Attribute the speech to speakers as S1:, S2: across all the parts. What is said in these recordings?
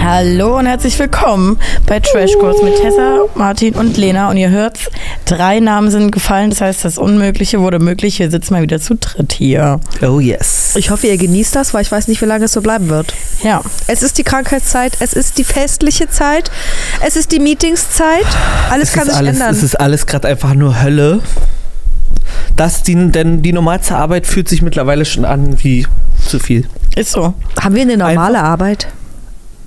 S1: Hallo und herzlich willkommen bei Trashkurs mit Tessa, Martin und Lena. Und ihr hört's, drei Namen sind gefallen. Das heißt, das Unmögliche wurde möglich. Wir sitzen mal wieder zu dritt hier.
S2: Oh yes.
S3: Ich hoffe, ihr genießt das, weil ich weiß nicht, wie lange es so bleiben wird.
S1: Ja,
S3: Es ist die Krankheitszeit, es ist die festliche Zeit, es ist die Meetingszeit. Alles
S2: Es
S3: kann
S2: ist
S3: sich
S2: alles,
S3: ändern.
S2: Es ist alles gerade einfach nur Hölle. Das, die, denn die normalste Arbeit fühlt sich mittlerweile schon an wie zu viel.
S1: ist so.
S3: Haben wir eine normale Arbeit?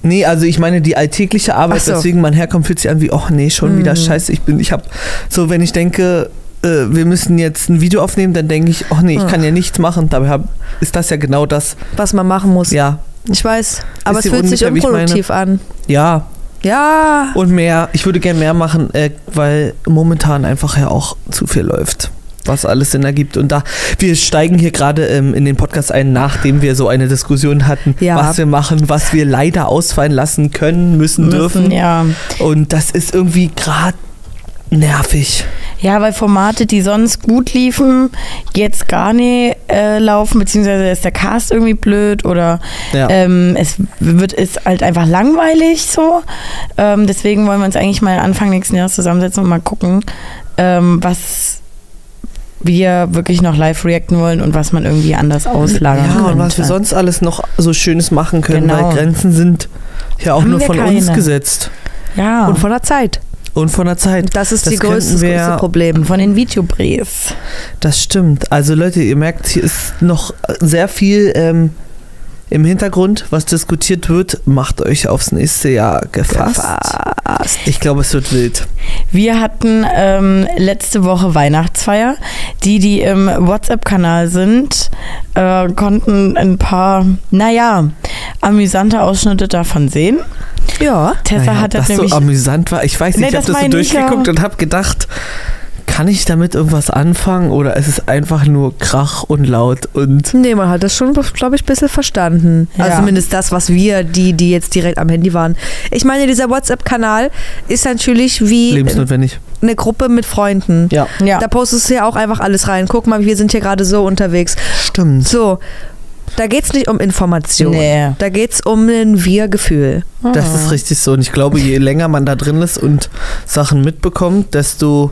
S2: Nee, also ich meine die alltägliche Arbeit,
S3: Ach so. Mhm.
S2: weswegen man herkommt, fühlt sich an wie, oh nee, schon wieder scheiße. Ich bin, ich habe so, wenn ich denke, äh, wir müssen jetzt ein Video aufnehmen, dann denke ich, oh nee, ich kann ja nichts machen. Dabei hab, ist das ja genau das.
S3: Was man machen muss.
S2: Ja,
S3: Ich weiß, aber
S2: Ist
S3: es
S2: die
S3: fühlt sich
S2: ungefähr, wie ich meine?
S3: unproduktiv an.
S2: ja.
S3: Ja.
S2: Und mehr. Ich würde gern mehr machen, äh, weil momentan einfach ja auch zu viel läuft. Was alles Sinn ergibt. Und da, wir steigen hier gerade ähm, in den Podcast ein, nachdem wir so eine Diskussion hatten,
S3: Ja.
S2: was wir machen, was wir leider ausfallen lassen können, müssen, dürfen.
S1: Ja.
S2: Und das ist irgendwie gerade nervig.
S1: ja, weil Formate, die sonst gut liefen, jetzt gar nicht äh, laufen, beziehungsweise ist der Cast irgendwie blöd oder
S2: Ja.
S1: ähm, es wird ist halt einfach langweilig so. Ähm, deswegen wollen wir uns eigentlich mal Anfang nächsten Jahres zusammensetzen und mal gucken, ähm, was wir wirklich noch live reacten wollen und was man irgendwie anders auslagern
S2: ja,
S1: könnte.
S2: und was wir sonst alles noch so Schönes machen können,
S1: Genau.
S2: weil Grenzen sind ja auch
S1: Haben
S2: nur
S1: wir
S2: von uns
S1: keine.
S2: gesetzt.
S1: ja.
S3: Und von der Zeit.
S2: Und von der Zeit.
S3: Das ist
S2: Das
S3: die größte,
S2: könnten
S3: das
S2: wir-
S3: größte
S1: Und
S3: Problem.
S1: von den Videobrees.
S2: Das stimmt. Also Leute, ihr merkt, hier ist noch sehr viel ähm, im Hintergrund, was diskutiert wird. Macht euch aufs nächste Jahr gefasst.
S3: Gefasst.
S2: Ich glaube, es wird wild.
S1: Wir hatten ähm, letzte Woche Weihnachtsfeier. Die, die im WhatsApp-Kanal sind, äh, konnten ein paar, naja, amüsante Ausschnitte davon sehen.
S3: Ja.
S1: Tessa
S2: Naja,
S1: hat das,
S2: das
S1: nämlich.
S2: so amüsant war. Ich weiß
S1: Nee,
S2: nicht, ich
S1: das
S2: habe das so
S1: meine ich ja.
S2: durchgeguckt und habe gedacht, kann ich damit irgendwas anfangen oder ist es einfach nur Krach und laut und
S3: Nee, man hat das schon, glaube ich, ein bisschen verstanden.
S1: Ja.
S3: Also zumindest das, was wir, die, die jetzt direkt am Handy waren. Ich meine, dieser WhatsApp-Kanal ist natürlich wie
S2: lebensnotwendig?
S3: eine Gruppe mit Freunden.
S2: Ja,
S1: ja.
S3: Da postest du ja auch einfach alles rein. Guck mal, wir sind hier gerade so unterwegs.
S2: stimmt.
S3: So, da geht's nicht um Information.
S1: Nee. Mhm.
S3: Da geht's um ein Wir-Gefühl.
S2: Das ist richtig so. Und ich glaube, je länger man da drin ist und Sachen mitbekommt, desto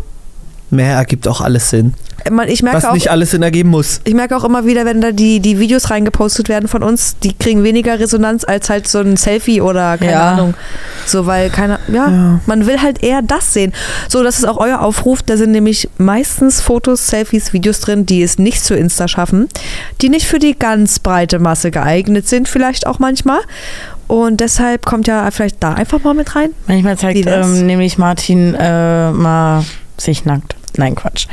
S2: mehr ergibt auch alles Sinn.
S3: Ich meine, Ich
S2: Was
S3: merke, auch,
S2: nicht alles Sinn ergeben muss.
S3: ich merke auch immer wieder, wenn da die, die Videos reingepostet werden von uns, die kriegen weniger Resonanz als halt so ein Selfie oder keine
S1: Ja.
S3: Ahnung. So, weil keiner, ja,
S2: Ja.
S3: man will halt eher das sehen. So, das ist auch euer Aufruf. Da sind nämlich meistens Fotos, Selfies, Videos drin, die es nicht zu Insta schaffen, die nicht für die ganz breite Masse geeignet sind, vielleicht auch manchmal. Und deshalb kommt ja vielleicht da einfach mal mit rein.
S1: Manchmal
S3: Wie
S1: zeigt
S3: das?
S1: ähm, nämlich Martin äh, mal sich nackt. Nein, Quatsch.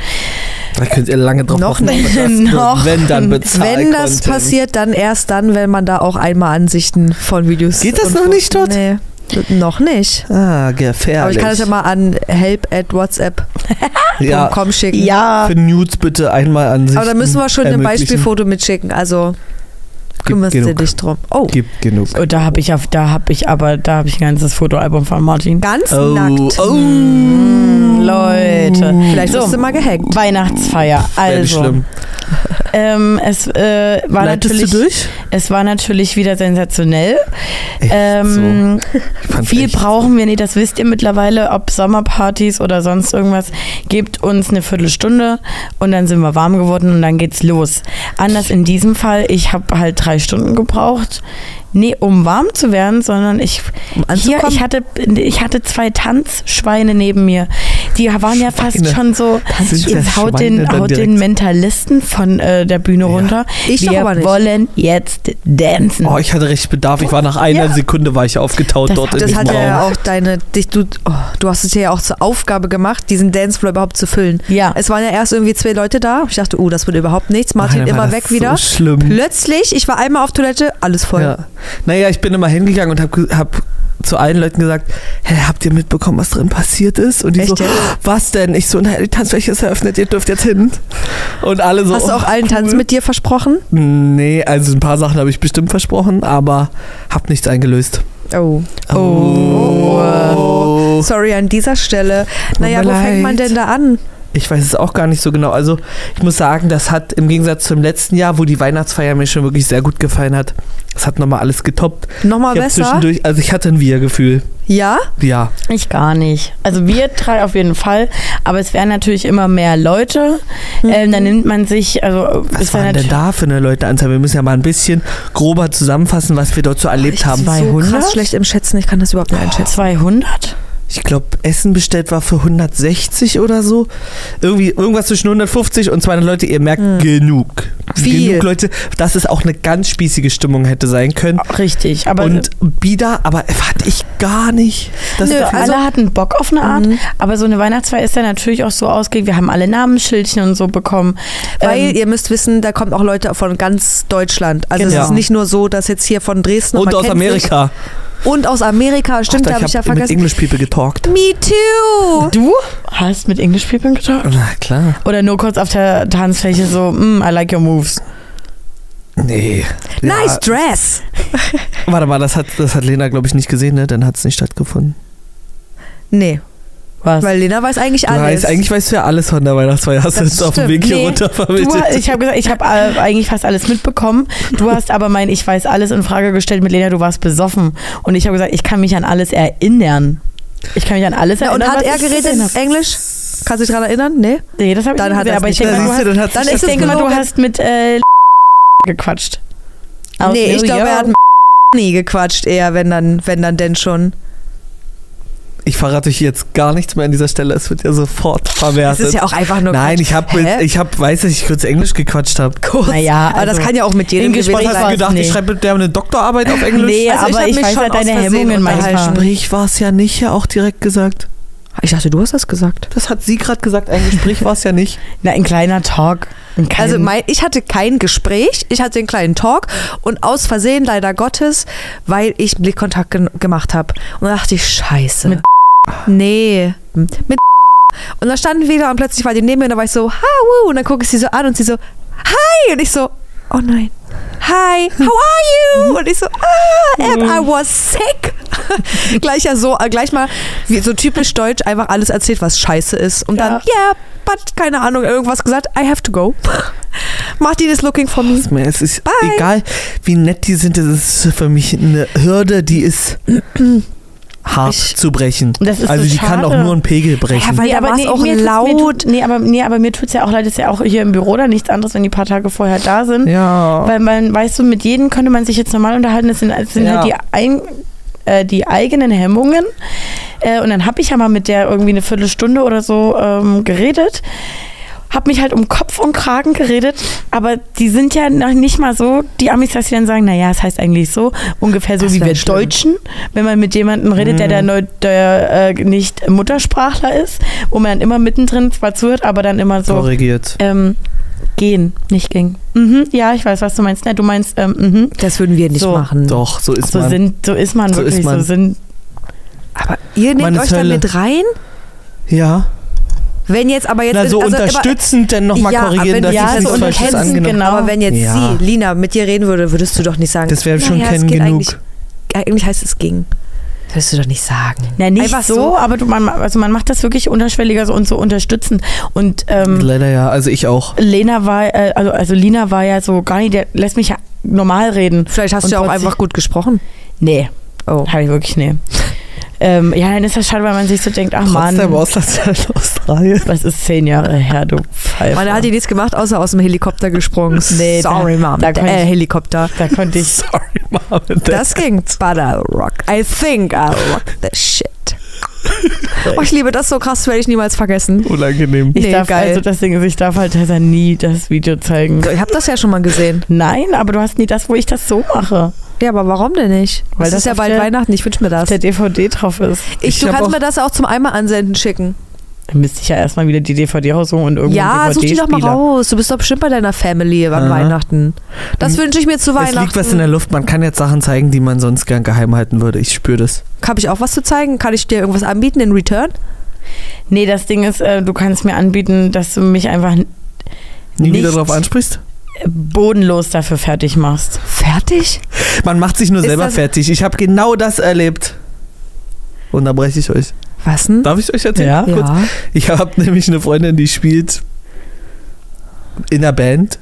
S2: Da könnt ihr lange drauf
S3: Noch
S2: hoffen, aber
S1: nicht.
S2: das wird,
S1: Noch
S2: Wenn dann bezahlt.
S3: Wenn das passiert, dann erst dann, wenn man da auch einmal Ansichten von Videos
S2: Geht das
S3: und
S2: noch
S3: Fotos-
S2: nicht dort?
S3: Nee, noch nicht.
S2: Ah, gefährlich.
S3: Aber ich kann das ja mal an help at whatsapp.com
S2: Ja,
S3: schicken.
S1: Ja.
S2: für Nudes bitte einmal an sich.
S3: Aber da müssen wir schon ein
S2: ermöglichen.
S3: Beispielfoto mitschicken. Also kümmerst du
S2: genug.
S3: dich drum. Oh,
S2: Gibt genug.
S1: Und da habe ich, auf- da habe ich aber, da habe ich ein ganzes Fotoalbum von Martin.
S3: ganz
S2: Oh,
S3: nackt. Hm,
S2: oh.
S1: Leute.
S3: Vielleicht
S1: So.
S3: wirst du mal gehackt.
S1: Weihnachtsfeier.
S2: Wäre nicht
S1: Also,
S2: schlimm.
S1: ähm, es äh, war
S2: Leitest du
S1: natürlich.
S2: durch?
S1: Es war natürlich wieder sensationell.
S2: Echt
S1: Ähm,
S2: so. Ich fand's
S1: Viel
S2: echt-
S1: brauchen wir nicht, das wisst ihr mittlerweile. Ob Sommerpartys oder sonst irgendwas, gebt uns eine Viertelstunde und dann sind wir warm geworden und dann geht's los. Anders in diesem Fall, ich habe halt drei Stunden gebraucht. Nee, um warm zu werden, sondern ich,
S3: Um
S1: hier,
S3: anzukommen?
S1: ich, hatte, ich hatte zwei Tanzschweine neben mir. Die waren ja fast
S2: Schweine.
S1: schon so,
S2: Das sind ja
S1: jetzt haut
S2: Schweine
S1: den,
S2: dann
S1: haut den
S2: direkt.
S1: Mentalisten von äh, der Bühne runter.
S3: Ich doch
S1: wir
S3: aber nicht.
S1: wollen jetzt dancen.
S2: Oh, ich hatte richtig Bedarf. Ich war nach einer
S1: Ja.
S2: Sekunde war ich aufgetaut
S1: Das
S2: dort
S1: hat-
S2: in
S3: Das
S2: diesem
S3: hat
S2: Raum.
S3: ja auch deine, dich, du, oh, du hast es dir ja auch zur Aufgabe gemacht, diesen Dancefloor überhaupt zu füllen.
S1: Ja.
S3: Es waren ja erst irgendwie zwei Leute da. Ich dachte, oh, das wird überhaupt nichts. Martin
S2: Nein, dann war
S3: immer
S2: das
S3: weg
S2: so
S3: wieder.
S2: Schlimm.
S3: Plötzlich, ich war einmal auf Toilette, alles voll.
S2: Ja. Naja, ich bin immer hingegangen und habe hab zu allen Leuten gesagt, hä, habt ihr mitbekommen, was drin passiert ist? Und die
S3: Echt
S2: so,
S3: jetzt?
S2: was denn? Ich so, naja, die Tanzfläche ist eröffnet, ihr dürft jetzt hin. Und alle so,
S3: Hast du auch
S2: "Oh,
S3: allen Tanz mit dir versprochen?
S2: nee, also ein paar Sachen habe ich bestimmt versprochen, aber hab nichts eingelöst.
S3: Oh.
S2: Oh.
S3: Sorry an dieser Stelle. Naja,
S2: mir
S3: wo fängt
S2: leid.
S3: man denn da an?
S2: Ich weiß es auch gar nicht so genau. Also ich muss sagen, das hat im Gegensatz zum letzten Jahr, wo die Weihnachtsfeier mir schon wirklich sehr gut gefallen hat, es hat nochmal alles getoppt.
S3: Nochmal
S2: ich hab
S3: besser?
S2: zwischendurch, also ich hatte ein Wir-Gefühl.
S3: Ja?
S2: Ja.
S1: Ich gar nicht. Also wir drei auf jeden Fall, aber es wären natürlich immer mehr Leute. Ähm, dann nimmt man sich, also
S2: Mhm. Was
S1: es
S2: waren denn da für eine Leuteanzahl? Wir müssen ja mal ein bisschen grober zusammenfassen, was wir dort so erlebt
S3: Ich
S2: haben.
S3: bin so krass schlecht im Schätzen, ich kann das überhaupt nicht einschätzen.
S1: 200?
S2: Ich glaube, Essen bestellt war für 160 oder so. Irgendwie irgendwas zwischen 150 und 200 Leute. Ihr merkt genug.
S3: Hm. Viel.
S2: Genug Leute, dass es auch eine ganz spießige Stimmung hätte sein können.
S1: Richtig, aber
S2: und Bieder, aber hatte ich gar nicht. Das
S1: Nö,
S2: Gefühl.
S3: also
S1: alle hatten Bock auf eine Art,
S2: Mhm.
S1: aber so eine Weihnachtsfeier ist ja natürlich auch so ausgelegt. Wir haben alle Namensschildchen und so bekommen.
S3: Weil
S1: Ähm,
S3: ihr müsst wissen, da kommen auch Leute von ganz Deutschland. Also
S2: Genau.
S3: es ist nicht nur so, dass jetzt hier von Dresden
S2: und
S3: man
S2: aus
S3: kennt
S2: Amerika.
S3: Sich. Und aus Amerika, stimmt, da
S2: Ach,
S3: habe ich ja
S2: mit
S3: vergessen.
S2: English People getalkt.
S3: Me too!
S1: du hast mit English People getalkt?
S2: Na klar.
S1: Oder nur kurz auf der Tanzfläche so, mm, I like your moves.
S2: Nee. Ja,
S3: Nice dress!
S2: Warte mal, das hat, das hat Lena, glaube ich, nicht gesehen, ne? Dann hat es nicht stattgefunden.
S3: Nee,
S1: Was?
S3: weil Lena weiß eigentlich
S2: Du
S3: alles.
S2: weißt, eigentlich weißt du ja alles von der Weihnachtsfeier. Hast du
S3: Das
S2: uns auf dem
S3: stimmt.
S2: Weg hier
S1: Nee,
S2: runter vermittelt.
S1: Du, ich habe gesagt, ich habe äh, eigentlich fast alles mitbekommen. Du hast aber mein Ich weiß alles in Frage gestellt mit Lena, du warst besoffen. Und ich habe gesagt, ich kann mich an alles erinnern. Ich kann mich an alles
S3: ja,
S1: erinnern.
S3: und hat
S1: was
S3: er
S1: ich gesehen
S3: geredet
S1: habe.
S3: Englisch? Kannst du dich dran erinnern? Nee?
S1: Nee, das habe ich
S3: Dann
S1: nicht
S3: hat
S1: gesehen,
S3: er's
S1: aber ich
S3: nicht
S1: denke mal, du
S2: siehst du,
S1: hast,
S2: dann hat's
S3: dann
S2: nicht
S3: ist
S1: ich
S3: es
S1: denke mal, du
S3: gelogen.
S1: hast mit äh, gequatscht. Aus
S3: nee,
S1: New
S3: ich glaube, er
S1: York.
S3: hat mit nie gequatscht eher, wenn dann, wenn dann denn schon.
S2: Ich verrate euch jetzt gar nichts mehr an dieser Stelle. Es wird ja sofort
S3: Das
S2: verwertet.
S3: ist ja auch einfach nur
S2: Nein, ich
S3: Hä?
S2: habe, ich hab, weiß, dass ich kurz Englisch gequatscht habe.
S3: kurz.
S1: Naja,
S3: aber das
S1: also-
S3: kann ja auch mit jedem
S1: Englisch
S3: gewesen
S1: war
S2: Was
S1: das
S2: hast du
S1: weiß
S3: sein.
S2: gedacht?
S1: nicht.
S2: Ich schreibe mit der eine Doktorarbeit auf Englisch?
S1: Nee,
S3: Also ich
S1: aber
S3: hab
S1: ich,
S3: mich
S1: weiß
S3: schon
S1: halt
S3: aus
S1: deine
S3: Versehen
S1: Hemmungen
S3: unterhalten.
S1: manchmal.
S2: Sprich war es ja nicht, ja auch direkt gesagt.
S3: Ich dachte, du hast das gesagt.
S2: Das hat sie gerade gesagt, ein Gespräch war es ja nicht.
S1: Na, ein kleiner Talk. Ein kleiner-
S3: Also mein, ich hatte kein Gespräch, ich hatte einen kleinen Talk und aus Versehen leider Gottes, weil ich Blickkontakt gen- gemacht habe. Und da dachte ich, scheiße.
S1: Mit
S3: nee, mit Und da standen wir da und plötzlich war die neben mir und da war ich so, hau, und dann gucke ich sie so an und sie so, hi, und ich so, oh nein. Hi, how are you? Und ich so, ah, and I was sick. gleich ja so, äh, gleich mal wie so typisch deutsch einfach alles erzählt, was scheiße ist. Und dann,
S1: Ja.
S3: yeah, but, keine Ahnung, irgendwas gesagt, I have to go. Martin is looking for me.
S2: Mir- Es ist
S3: Bye.
S2: egal, wie nett die sind, das ist für mich eine Hürde, die ist hart
S3: Ich-
S2: zu brechen.
S1: Das ist
S2: also
S1: so
S2: die kann auch
S1: schade.
S2: nur einen Pegel brechen.
S3: Ja, weil da war's auch
S1: mir tut's- Mir
S3: laut.
S1: tut, nee, aber, nee, aber mir tut es ja auch leid, ist ja auch hier im Büro dann nichts anderes, wenn die paar Tage vorher da sind.
S3: Genau.
S2: Ja.
S1: Weil man, weißt du, mit jedem könnte man sich jetzt normal unterhalten. Das sind, das sind
S2: Ja.
S1: halt die, ein, äh, die eigenen Hemmungen. Äh, und dann habe ich ja mal mit der irgendwie eine Viertelstunde oder so ähm, geredet. Hab mich halt um Kopf und Kragen geredet, aber die sind ja noch nicht mal so, die Amis, dass sie dann sagen, naja, es heißt eigentlich so, ungefähr so
S3: Das
S1: wie
S3: wär Mhm.
S1: wir
S3: schlimm.
S1: Deutschen, wenn man mit jemandem redet, der, der, neu, der äh, nicht Muttersprachler ist, wo man dann immer mittendrin zwar zuhört, aber dann immer so,
S2: Korrigiert.
S1: ähm, gehen, nicht ging. Mhm, ja, ich weiß, was du meinst. Ne, du meinst, ähm, mhm.
S3: Das würden wir nicht
S1: So.
S3: machen.
S2: Doch, so ist
S3: Also
S1: So,
S2: man.
S1: sind, so ist man
S2: So ist
S1: wirklich,
S2: man.
S1: so sind.
S3: Aber ihr nehmt
S2: Meine
S3: euch dann
S2: Hölle.
S3: mit rein?
S2: Ja.
S3: Wenn jetzt aber jetzt...
S2: Na, so
S3: also immer-
S2: unterstützend, denn nochmal
S3: Ja,
S2: korrigieren, dass
S3: aber wenn
S2: ich
S3: die
S2: nichts
S3: das
S2: Falsches
S3: unterkennen,
S2: angenommen
S1: genau.
S3: Aber wenn jetzt
S2: Ja.
S3: sie, Lina, mit dir reden würde, würdest du doch nicht sagen,
S2: Das wäre schon
S3: naja, genau-
S2: kennen
S3: es geht
S2: genug.
S3: Eigentlich, eigentlich heißt es ging. Das würdest du doch nicht sagen.
S1: Na, nicht
S3: Einfach
S1: so,
S3: so.
S1: aber du, man, also man macht das wirklich unterschwelliger so und so unterstützend. Und ähm,
S2: Leider ja, also ich auch.
S1: Lena war, äh, also, also Lina war ja so gar nicht, der lässt mich ja normal reden.
S3: Vielleicht hast
S1: Und
S3: du ja auch
S1: trotzdem-
S3: einfach gut gesprochen.
S1: Nee,
S3: Oh.
S1: habe ich wirklich, nee. ähm, ja, dann ist das schade, weil man sich so denkt, ach
S2: Trotzdem
S1: Mann,
S2: Auslandsjahr in Australien.
S1: das ist zehn Jahre her, du Pfeife.
S3: Man hat die nichts gemacht, außer aus dem Helikopter gesprungen.
S1: Nee, da-
S3: Sorry, Mom.
S1: da kann
S3: äh,
S1: ich-
S3: Helikopter.
S1: da konnte ich
S2: Sorry, Marvin.
S3: Das ging. But I rock. I think I rock the shit. Oh, ich liebe das so krass, das werde ich niemals vergessen.
S2: Unangenehm.
S1: Ich
S3: Nee,
S1: darf,
S3: geil.
S1: also das Ding ist, ich darf halt Tessa nie das Video zeigen.
S3: Ich habe das ja schon mal gesehen.
S1: Nein, aber du hast nie das, wo ich das so mache.
S3: Ja, aber warum denn nicht?
S1: Weil
S3: Weil das
S1: das
S3: ist ja
S1: auf
S3: bald
S1: der-
S3: Weihnachten, ich wünsche mir
S1: Dass
S3: das.
S1: der DVD drauf ist.
S3: Ich,
S2: Ich
S3: du
S2: hab
S3: kannst
S2: auch-
S3: mir das auch zum einmal ansenden schicken.
S1: Dann müsste ich ja erstmal wieder die DVD raussuchen und irgendwo
S3: Ja,
S1: einen
S3: such die doch mal
S1: DVD-Spieler.
S3: raus. Du bist doch bestimmt bei deiner Family an
S2: Aha. Hm.
S3: Weihnachten. Das wünsche ich mir zu
S2: Es
S3: Weihnachten.
S2: liegt was in der Luft. Man kann jetzt Sachen zeigen, die man sonst gern geheim halten würde. Ich spüre das.
S3: Habe ich auch was zu zeigen? Kann ich dir irgendwas anbieten in Return?
S1: Nee, das Ding ist, äh, du kannst mir anbieten, dass du mich einfach äh,
S2: Nie wieder
S1: Nicht.
S2: darauf ansprichst?
S1: bodenlos dafür fertig machst.
S3: Fertig?
S2: Man macht sich nur
S3: Ist
S2: selber
S3: das-
S2: fertig. Ich habe genau das erlebt. Unterbreche ich euch.
S3: Was denn?
S2: Darf ich euch erzählen?
S1: Ja.
S2: Kurz? Ich habe nämlich eine Freundin, die spielt in der Band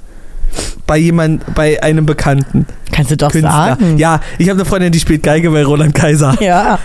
S2: bei jemand, bei einem bekannten
S1: Kannst du doch
S2: Künstler.
S1: sagen.
S2: Ja, ich habe eine Freundin, die spielt Geige bei Roland Kaiser.
S1: Ja.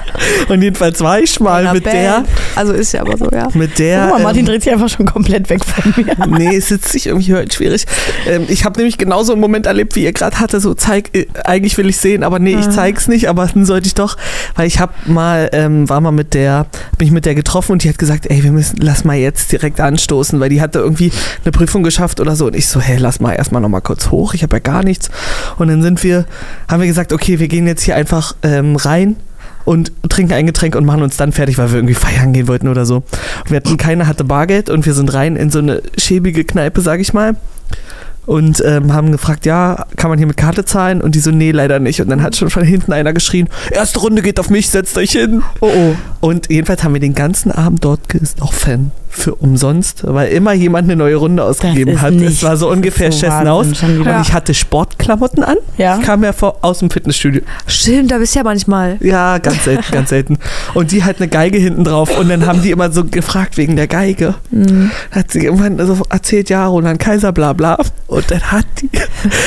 S2: Und jedenfalls war ich mal
S3: Einer
S2: mit der,
S3: Band. Also ist ja aber so, ja.
S2: mit der.
S1: Guck mal,
S2: ähm,
S1: Martin dreht sich einfach schon komplett weg von mir.
S2: Nee, es sitzt sich irgendwie heute schwierig. Ähm, ich habe nämlich genauso einen Moment erlebt, wie ihr gerade hatte. So, zeig, äh, eigentlich will ich sehen, aber nee, ich zeig's nicht, aber dann sollte ich doch. Weil ich hab mal, ähm, war mal mit der, hab mich mit der getroffen und die hat gesagt, ey, wir müssen, lass mal jetzt direkt anstoßen, weil die hatte irgendwie eine Prüfung geschafft oder so. Und ich so, hey, lass mal erstmal nochmal kurz hoch, ich habe ja gar nichts. Und dann sind wir, haben wir gesagt, okay, wir gehen jetzt hier einfach ähm, rein. Und trinken ein Getränk und machen uns dann fertig, weil wir irgendwie feiern gehen wollten oder so. Wir hatten, keiner hatte Bargeld und wir sind rein in so eine schäbige Kneipe, sag ich mal. Und ähm, haben gefragt, ja, kann man hier mit Karte zahlen? Und die so, nee, leider nicht. Und dann hat schon von hinten einer geschrien, erste Runde geht auf mich, setzt euch hin.
S1: Oh oh.
S2: Und jedenfalls haben wir den ganzen Abend dort gesoffen. Für umsonst, weil immer jemand eine neue Runde ausgegeben
S1: ist
S2: hat.
S1: nicht-
S2: es war so
S1: das ist
S2: oh. ungefähr
S1: so
S2: Schessen
S1: Wahnsinn,
S2: aus.
S1: schon
S2: Und
S1: wieder.
S2: ich hatte Sportklamotten an.
S1: Ja.
S2: Ich kam ja vor, aus dem Fitnessstudio.
S3: Stimmt, da bist du ja manchmal.
S2: Ja, ganz selten, ganz selten. Und die halt eine Geige hinten drauf. Und dann haben die immer so gefragt wegen der Geige.
S3: Hm.
S2: Hat sie irgendwann so erzählt, ja, Roland Kaiser, bla bla. Und dann hat die,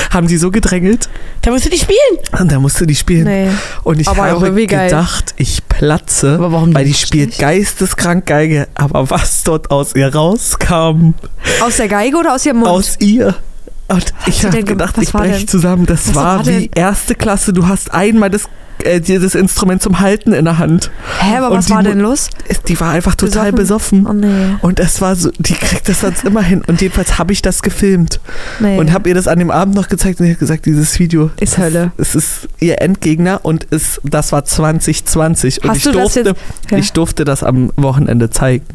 S2: haben die so gedrängelt.
S1: Da musst du nicht spielen.
S2: Und da musste die spielen.
S3: Nee.
S2: Und ich
S3: Aber auch
S2: habe
S3: irgendwie geil.
S2: gedacht, ich platze,
S1: Aber warum
S2: weil
S1: denn
S2: die spielt geisteskrank Geige. Aber was dort aus ihr rauskam,
S3: Aus der Geige oder aus ihrem Mund?
S2: aus ihr. Und ich
S3: sie
S2: habe
S3: denn ge-
S2: gedacht,
S3: was
S2: ich
S3: war
S2: breche
S3: denn?
S2: zusammen. Das
S3: Was
S2: war,
S3: war
S2: wie
S3: denn?
S2: erste Klasse. Du hast einmal das, äh, dir das Instrument zum Halten in der Hand.
S3: Hä, aber
S2: Und
S3: was
S2: die
S3: war
S2: Mu-
S3: denn los?
S2: Es- Die war einfach total besoffen.
S3: Oh nee,
S2: Und das war so, die kriegt das sonst immer hin. Und jedenfalls habe ich das gefilmt
S3: nee.
S2: und habe ihr das an dem Abend noch gezeigt und sie hat gesagt, dieses Video
S3: Ist Hölle.
S2: Es ist ihr Endgegner und es, das war 2020. Und
S3: Hast
S2: ich
S3: du das
S2: durfte,
S3: Ja.
S2: ich durfte das am Wochenende zeigen.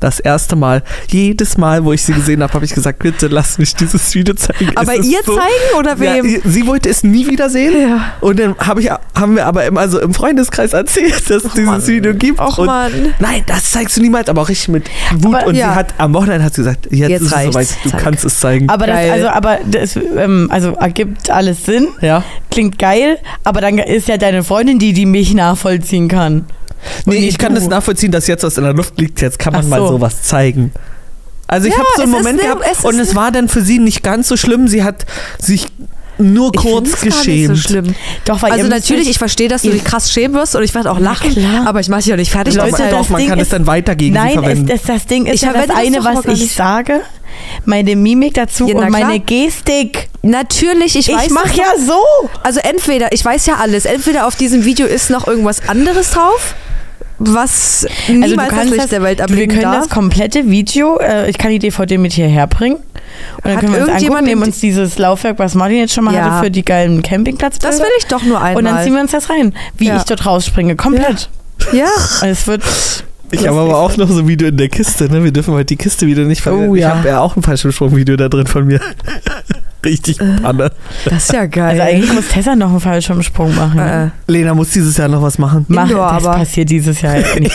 S2: Das erste Mal, jedes Mal, wo ich sie gesehen habe, habe ich gesagt, bitte lass mich dieses Video zeigen. Es
S3: aber
S2: ist
S3: ihr
S2: so-
S3: zeigen oder
S2: ja,
S3: wem?
S2: sie- sie wollte es nie wieder sehen.
S3: Ja.
S2: Und dann hab ich, haben wir aber immer so im Freundeskreis erzählt, dass es dieses Video gibt.
S3: Och
S2: und
S3: Mann.
S2: Nein, das zeigst du niemals, aber auch richtig mit Wut.
S1: Aber-
S2: und
S3: ja.
S2: sie hat am Wochenende hat sie gesagt, jetzt,
S3: Jetzt
S2: ist es
S3: reicht's,
S2: soweit, du
S3: zeig.
S2: kannst es zeigen.
S1: Aber das,
S3: Geil.
S1: also, aber das, ähm, also ergibt alles Sinn.
S2: ja.
S1: Klingt geil, aber dann ist ja deine Freundin die, die mich nachvollziehen kann.
S2: Nee,
S1: nee,
S2: ich kann
S1: du.
S2: das nachvollziehen, dass jetzt was in der Luft liegt. Jetzt kann man
S1: Ach
S2: mal
S1: so.
S2: sowas zeigen. Also ich
S3: Ja,
S2: habe so einen
S3: es ist
S2: Moment
S3: ne-
S2: gehabt
S3: es ist
S2: und es
S3: ne-
S2: war dann für sie nicht ganz so schlimm. Sie hat sich nur
S3: Ich
S2: kurz
S3: find's gar nicht
S2: geschämt.
S3: So schlimm.
S1: Doch, weil
S3: Also
S1: ihr müsst
S3: natürlich,
S1: nicht-
S3: ich verstehe, dass du
S1: ihr-
S3: dich krass schämen wirst und ich werde auch lachen,
S1: klar.
S3: aber ich mache dich auch nicht fertig.
S1: Leute,
S2: Doch,
S3: damit.
S2: man-
S1: das
S2: doch, man
S1: Ding
S2: kann es
S1: ist-
S2: dann weiter gegen sie
S1: Nein,
S2: verwenden.
S1: ist, das, das Ding ist
S3: Ich
S1: ja das
S3: verwende das
S1: eine,
S3: doch
S1: was
S3: aber gar
S1: ich
S3: nicht.
S1: sage, meine Mimik dazu
S3: Ja, na
S1: und meine
S3: klar.
S1: Gestik.
S3: Natürlich, ich, weiß.
S1: ich mach
S3: dass-
S1: ja so.
S3: Also entweder, ich weiß ja alles, entweder auf diesem Video ist noch irgendwas anderes drauf, was
S1: Also
S3: niemals das Licht der Welt
S1: wir
S3: erblicken
S1: können
S3: darf.
S1: das komplette Video, äh, ich kann die DVD mit hierher bringen. Und dann
S3: Hat
S1: können wir uns angucken,
S3: irgendjemand
S1: nehmen
S3: im-
S1: uns dieses Laufwerk, was Martin jetzt schon mal
S3: Ja.
S1: hatte, für die geilen Campingplatz.
S3: Das will ich doch nur einmal.
S1: Und dann ziehen wir uns das rein, wie
S3: Ja.
S1: ich dort rausspringe, komplett.
S3: ja.
S1: Und Also Es wird
S2: Ich habe aber auch noch so ein Video in der Kiste. Ne? Wir dürfen heute die Kiste wieder nicht verwenden.
S1: Oh,
S2: Ich
S1: ja.
S2: habe ja auch ein Fallschirmsprung-Video da drin von mir. Richtig
S3: Äh.
S2: Panne.
S3: Das ist ja geil.
S1: Also eigentlich muss Tessa noch einen Fallschirmsprung machen.
S3: äh,
S2: Lena muss dieses Jahr noch was machen.
S1: Mach,
S3: Indoor
S1: das
S3: aber.
S1: passiert dieses Jahr jetzt nicht.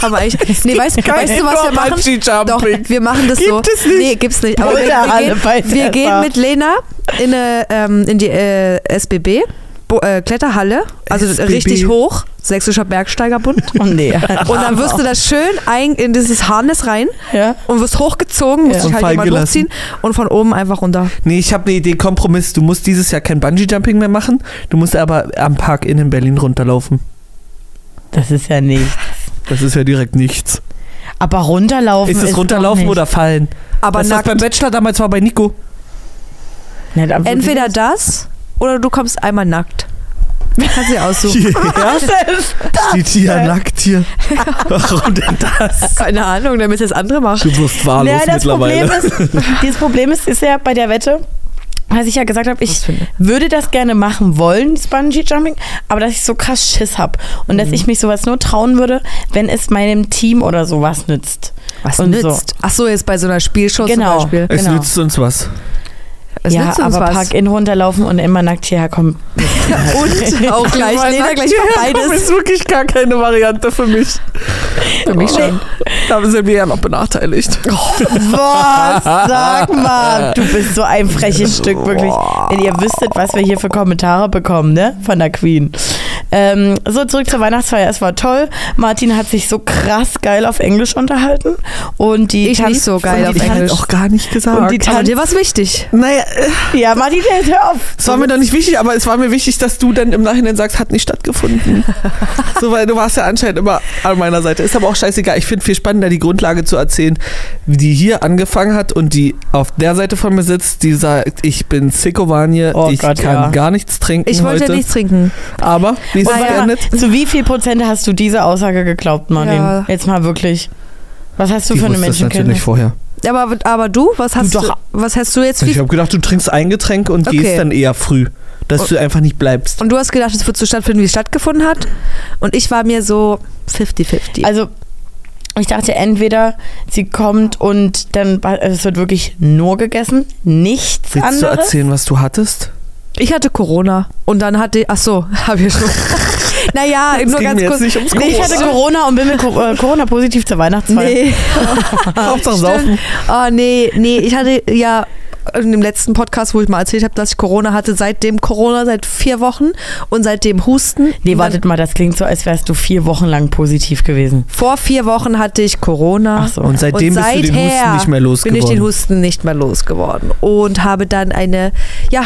S3: haben wir eigentlich. Nee, weißt, weißt du, was wir machen? Doch,
S2: machen?
S3: wir machen das so.
S2: Gibt es nicht.
S3: Nee, gibt's nicht. Aber wir,
S1: Polterhalle bei
S3: wir, gehen, wir
S1: Tessa.
S3: gehen mit Lena in, eine, ähm, in die äh, SBB. Bo äh, Kletterhalle, also
S2: SBB.
S3: richtig hoch, Sächsischer Bergsteigerbund.
S1: Oh nee.
S3: Und dann wirst du da schön ein, in dieses Harness rein
S1: ja.
S3: und wirst hochgezogen, musst
S1: Ja.
S3: dich
S2: Und
S3: halt
S2: fallen
S3: jemand
S2: gelassen.
S3: hochziehen und von oben einfach runter.
S2: Nee, ich habe eine Idee, Kompromiss. Du musst dieses Jahr kein Bungee-Jumping mehr machen. Du musst aber am Park in Berlin runterlaufen.
S1: Das ist ja nicht.
S2: Das ist ja direkt nichts.
S1: Aber runterlaufen.
S2: ist es
S1: doch
S2: runterlaufen
S1: nicht-
S2: oder fallen?
S3: Aber
S2: das was
S3: nackt.
S2: beim Bachelor damals war bei Nico.
S1: Nein, absolut
S3: Entweder das oder du kommst einmal nackt. Kannst du dir aussuchen.
S2: Ja, steht hier nackt hier. Warum denn das?
S3: Keine Ahnung, damit das andere macht.
S2: Du wirst wahllos
S1: Naja, das
S2: mittlerweile.
S1: Problem ist, dieses Problem ist, ist ja bei der Wette, was ich ja gesagt habe, ich würde das gerne machen wollen, das Bungee Jumping, aber dass ich so krass Schiss habe und
S3: Mhm.
S1: dass ich mich sowas nur trauen würde, wenn es meinem Team oder sowas nützt.
S3: Was
S1: Und
S3: nützt? Ach so, jetzt bei so einer Spielshow
S1: Genau.
S3: zum Beispiel.
S2: es
S1: genau.
S2: nützt uns was.
S3: Es
S1: ja,
S3: nützt uns
S1: aber
S3: was.
S1: Park-In runterlaufen und immer nackt hierher kommen.
S3: Und auch gleich, Lena, gleich für beides.
S2: ist wirklich gar keine Variante für mich.
S3: Für mich schon.
S2: Da sind wir ja noch benachteiligt.
S1: Was? Sag mal, du bist so ein freches Stück, wirklich. Wenn ihr wüsstet, was wir hier für Kommentare bekommen, ne? Von der Queen. Ähm, so, zurück zur Weihnachtsfeier. Es war toll. Martin hat sich so krass geil auf Englisch unterhalten. Und die
S3: Ich
S1: Tanz-
S3: nicht so geil
S1: und
S3: auf
S1: die Tanz-
S3: Englisch. Ah,
S2: Auch gar nicht
S1: Und
S2: gesagt.
S1: die
S3: Aber
S1: Tanz-
S3: dir war es wichtig.
S2: naja, äh,
S1: Ja, Martin, hör auf.
S2: es war mir doch nicht wichtig, aber es war mir wichtig, dass du dann im Nachhinein sagst, hat nicht stattgefunden. so, weil du warst ja anscheinend immer an meiner Seite. Ist aber auch scheißegal. Ich finde viel spannender, die Grundlage zu erzählen, die hier angefangen hat und die auf der Seite von mir sitzt, die sagt, ich bin Sikovanie,
S1: Oh
S2: ich
S1: Gott,
S2: kann
S1: ja.
S2: gar nichts trinken
S3: Ich wollte
S2: heute.
S3: nichts trinken.
S2: Aber wie ist es
S1: Wobei,
S2: geendet?
S1: Zu wie viel Prozent hast du diese Aussage geglaubt, Martin?
S3: Ja.
S1: Jetzt mal wirklich. Was hast du
S2: Die
S1: für eine
S2: wusste es natürlich
S1: Menschenkenntnis?
S2: vorher. Also
S3: Aber, aber du, was hast du,
S1: doch.
S3: was hast du jetzt?
S2: Ich
S3: Wie,
S2: habe gedacht, du trinkst ein Getränk und
S3: Okay.
S2: gehst dann eher früh, dass du einfach nicht bleibst.
S3: und du hast gedacht, es wird so stattfinden, wie es stattgefunden hat. Und ich war mir so 50-50.
S1: Also, ich dachte entweder, sie kommt und dann also es wird wirklich nur gegessen, nichts
S2: Willst du
S1: anderes.
S2: erzählen, was du hattest?
S3: Ich hatte Corona. Und dann hatte, ach so, habe ich schon. naja, nur
S2: ging
S3: ganz
S2: mir jetzt
S3: kurz.
S2: nicht ums
S3: Nee,
S1: Ich hatte Corona und bin mit Co- äh, Corona positiv zur Weihnachtsfeier.
S3: Nee.
S2: Hauptsache
S3: Stimmt. Oh, nee, nee, ich hatte ja in dem letzten Podcast, wo ich mal erzählt habe, dass ich Corona hatte, seitdem Corona, seit vier Wochen und seitdem Husten.
S1: Nee,
S3: Und
S1: wartet mal, das klingt so, als wärst du vier Wochen lang positiv gewesen.
S3: dann- Vor vier Wochen hatte ich Corona.
S1: Ach so.
S2: Und seitdem
S3: Ah. und
S2: bist du den Husten
S3: seither
S2: nicht mehr
S3: bin
S2: losgeworden.
S3: ich den Husten nicht mehr losgeworden und habe dann eine, ja,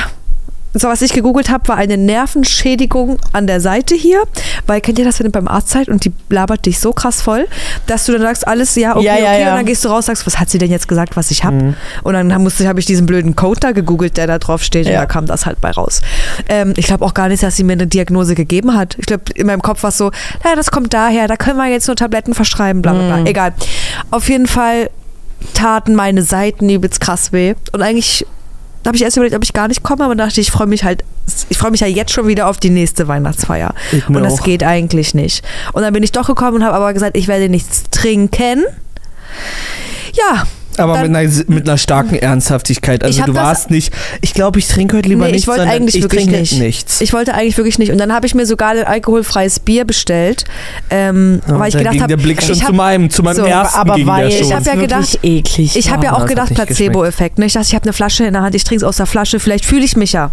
S3: so was ich gegoogelt habe, war eine Nervenschädigung an der Seite hier, weil kennt ihr das, wenn ihr beim Arzt seid und die labert dich so krass voll, dass du dann sagst, alles ja, okay,
S1: Ja, ja,
S3: okay,
S1: ja. Mhm.
S3: und dann gehst du raus, sagst, was hat sie denn jetzt gesagt, was ich habe? Und dann musste, habe ich diesen blöden Code da gegoogelt, der da drauf steht, und
S1: Ja.
S3: da kam das halt bei raus. Ähm, ich glaube auch gar nicht, dass sie mir eine Diagnose gegeben hat. Ich glaube, in meinem Kopf war es so, naja, das kommt daher, da können wir jetzt nur Tabletten verschreiben, bla bla bla.
S2: Mm.
S3: Egal. Auf jeden Fall taten meine Seiten übelst krass weh. Und eigentlich habe ich erst überlegt, ob ich gar nicht komme, aber dachte ich, ich freue mich halt, ich freue mich ja jetzt schon wieder auf die nächste Weihnachtsfeier.
S2: Ich mir
S3: und das
S2: auch.
S3: geht eigentlich nicht. Und dann bin ich doch gekommen und habe aber gesagt, ich werde nichts trinken. Ja,
S2: Aber
S3: Dann-
S2: mit einer, mit einer starken Ernsthaftigkeit. Also
S3: hab
S2: du
S3: das-
S2: warst nicht, ich glaube, ich trinke heute lieber
S3: Nee, ich
S2: nichts,
S3: wollte
S2: sondern
S3: eigentlich
S2: ich
S3: wirklich
S2: trinke
S3: nicht.
S2: nichts.
S3: ich wollte eigentlich wirklich nicht. Und dann habe ich mir sogar ein alkoholfreies Bier bestellt, ähm,
S2: Ja,
S3: weil ich
S2: Ah, da
S3: gedacht
S2: ging der
S3: habe,
S2: Blick schon
S3: ich
S2: zu
S3: habe
S2: meinem, zu meinem
S3: So,
S2: ersten
S1: Aber
S2: ging
S1: weil
S2: der schon.
S1: ich
S3: hab
S1: habe
S3: ja
S1: ja
S3: gedacht,
S1: gedacht, eklig.
S3: Ich habe
S2: Ja,
S3: ja auch
S2: Ah, das hat
S3: gedacht,
S2: nicht
S3: Placebo-Effekt. Ne? Ich dachte, ich habe eine Flasche in der Hand, ich trinke es aus der Flasche, vielleicht fühle ich mich ja.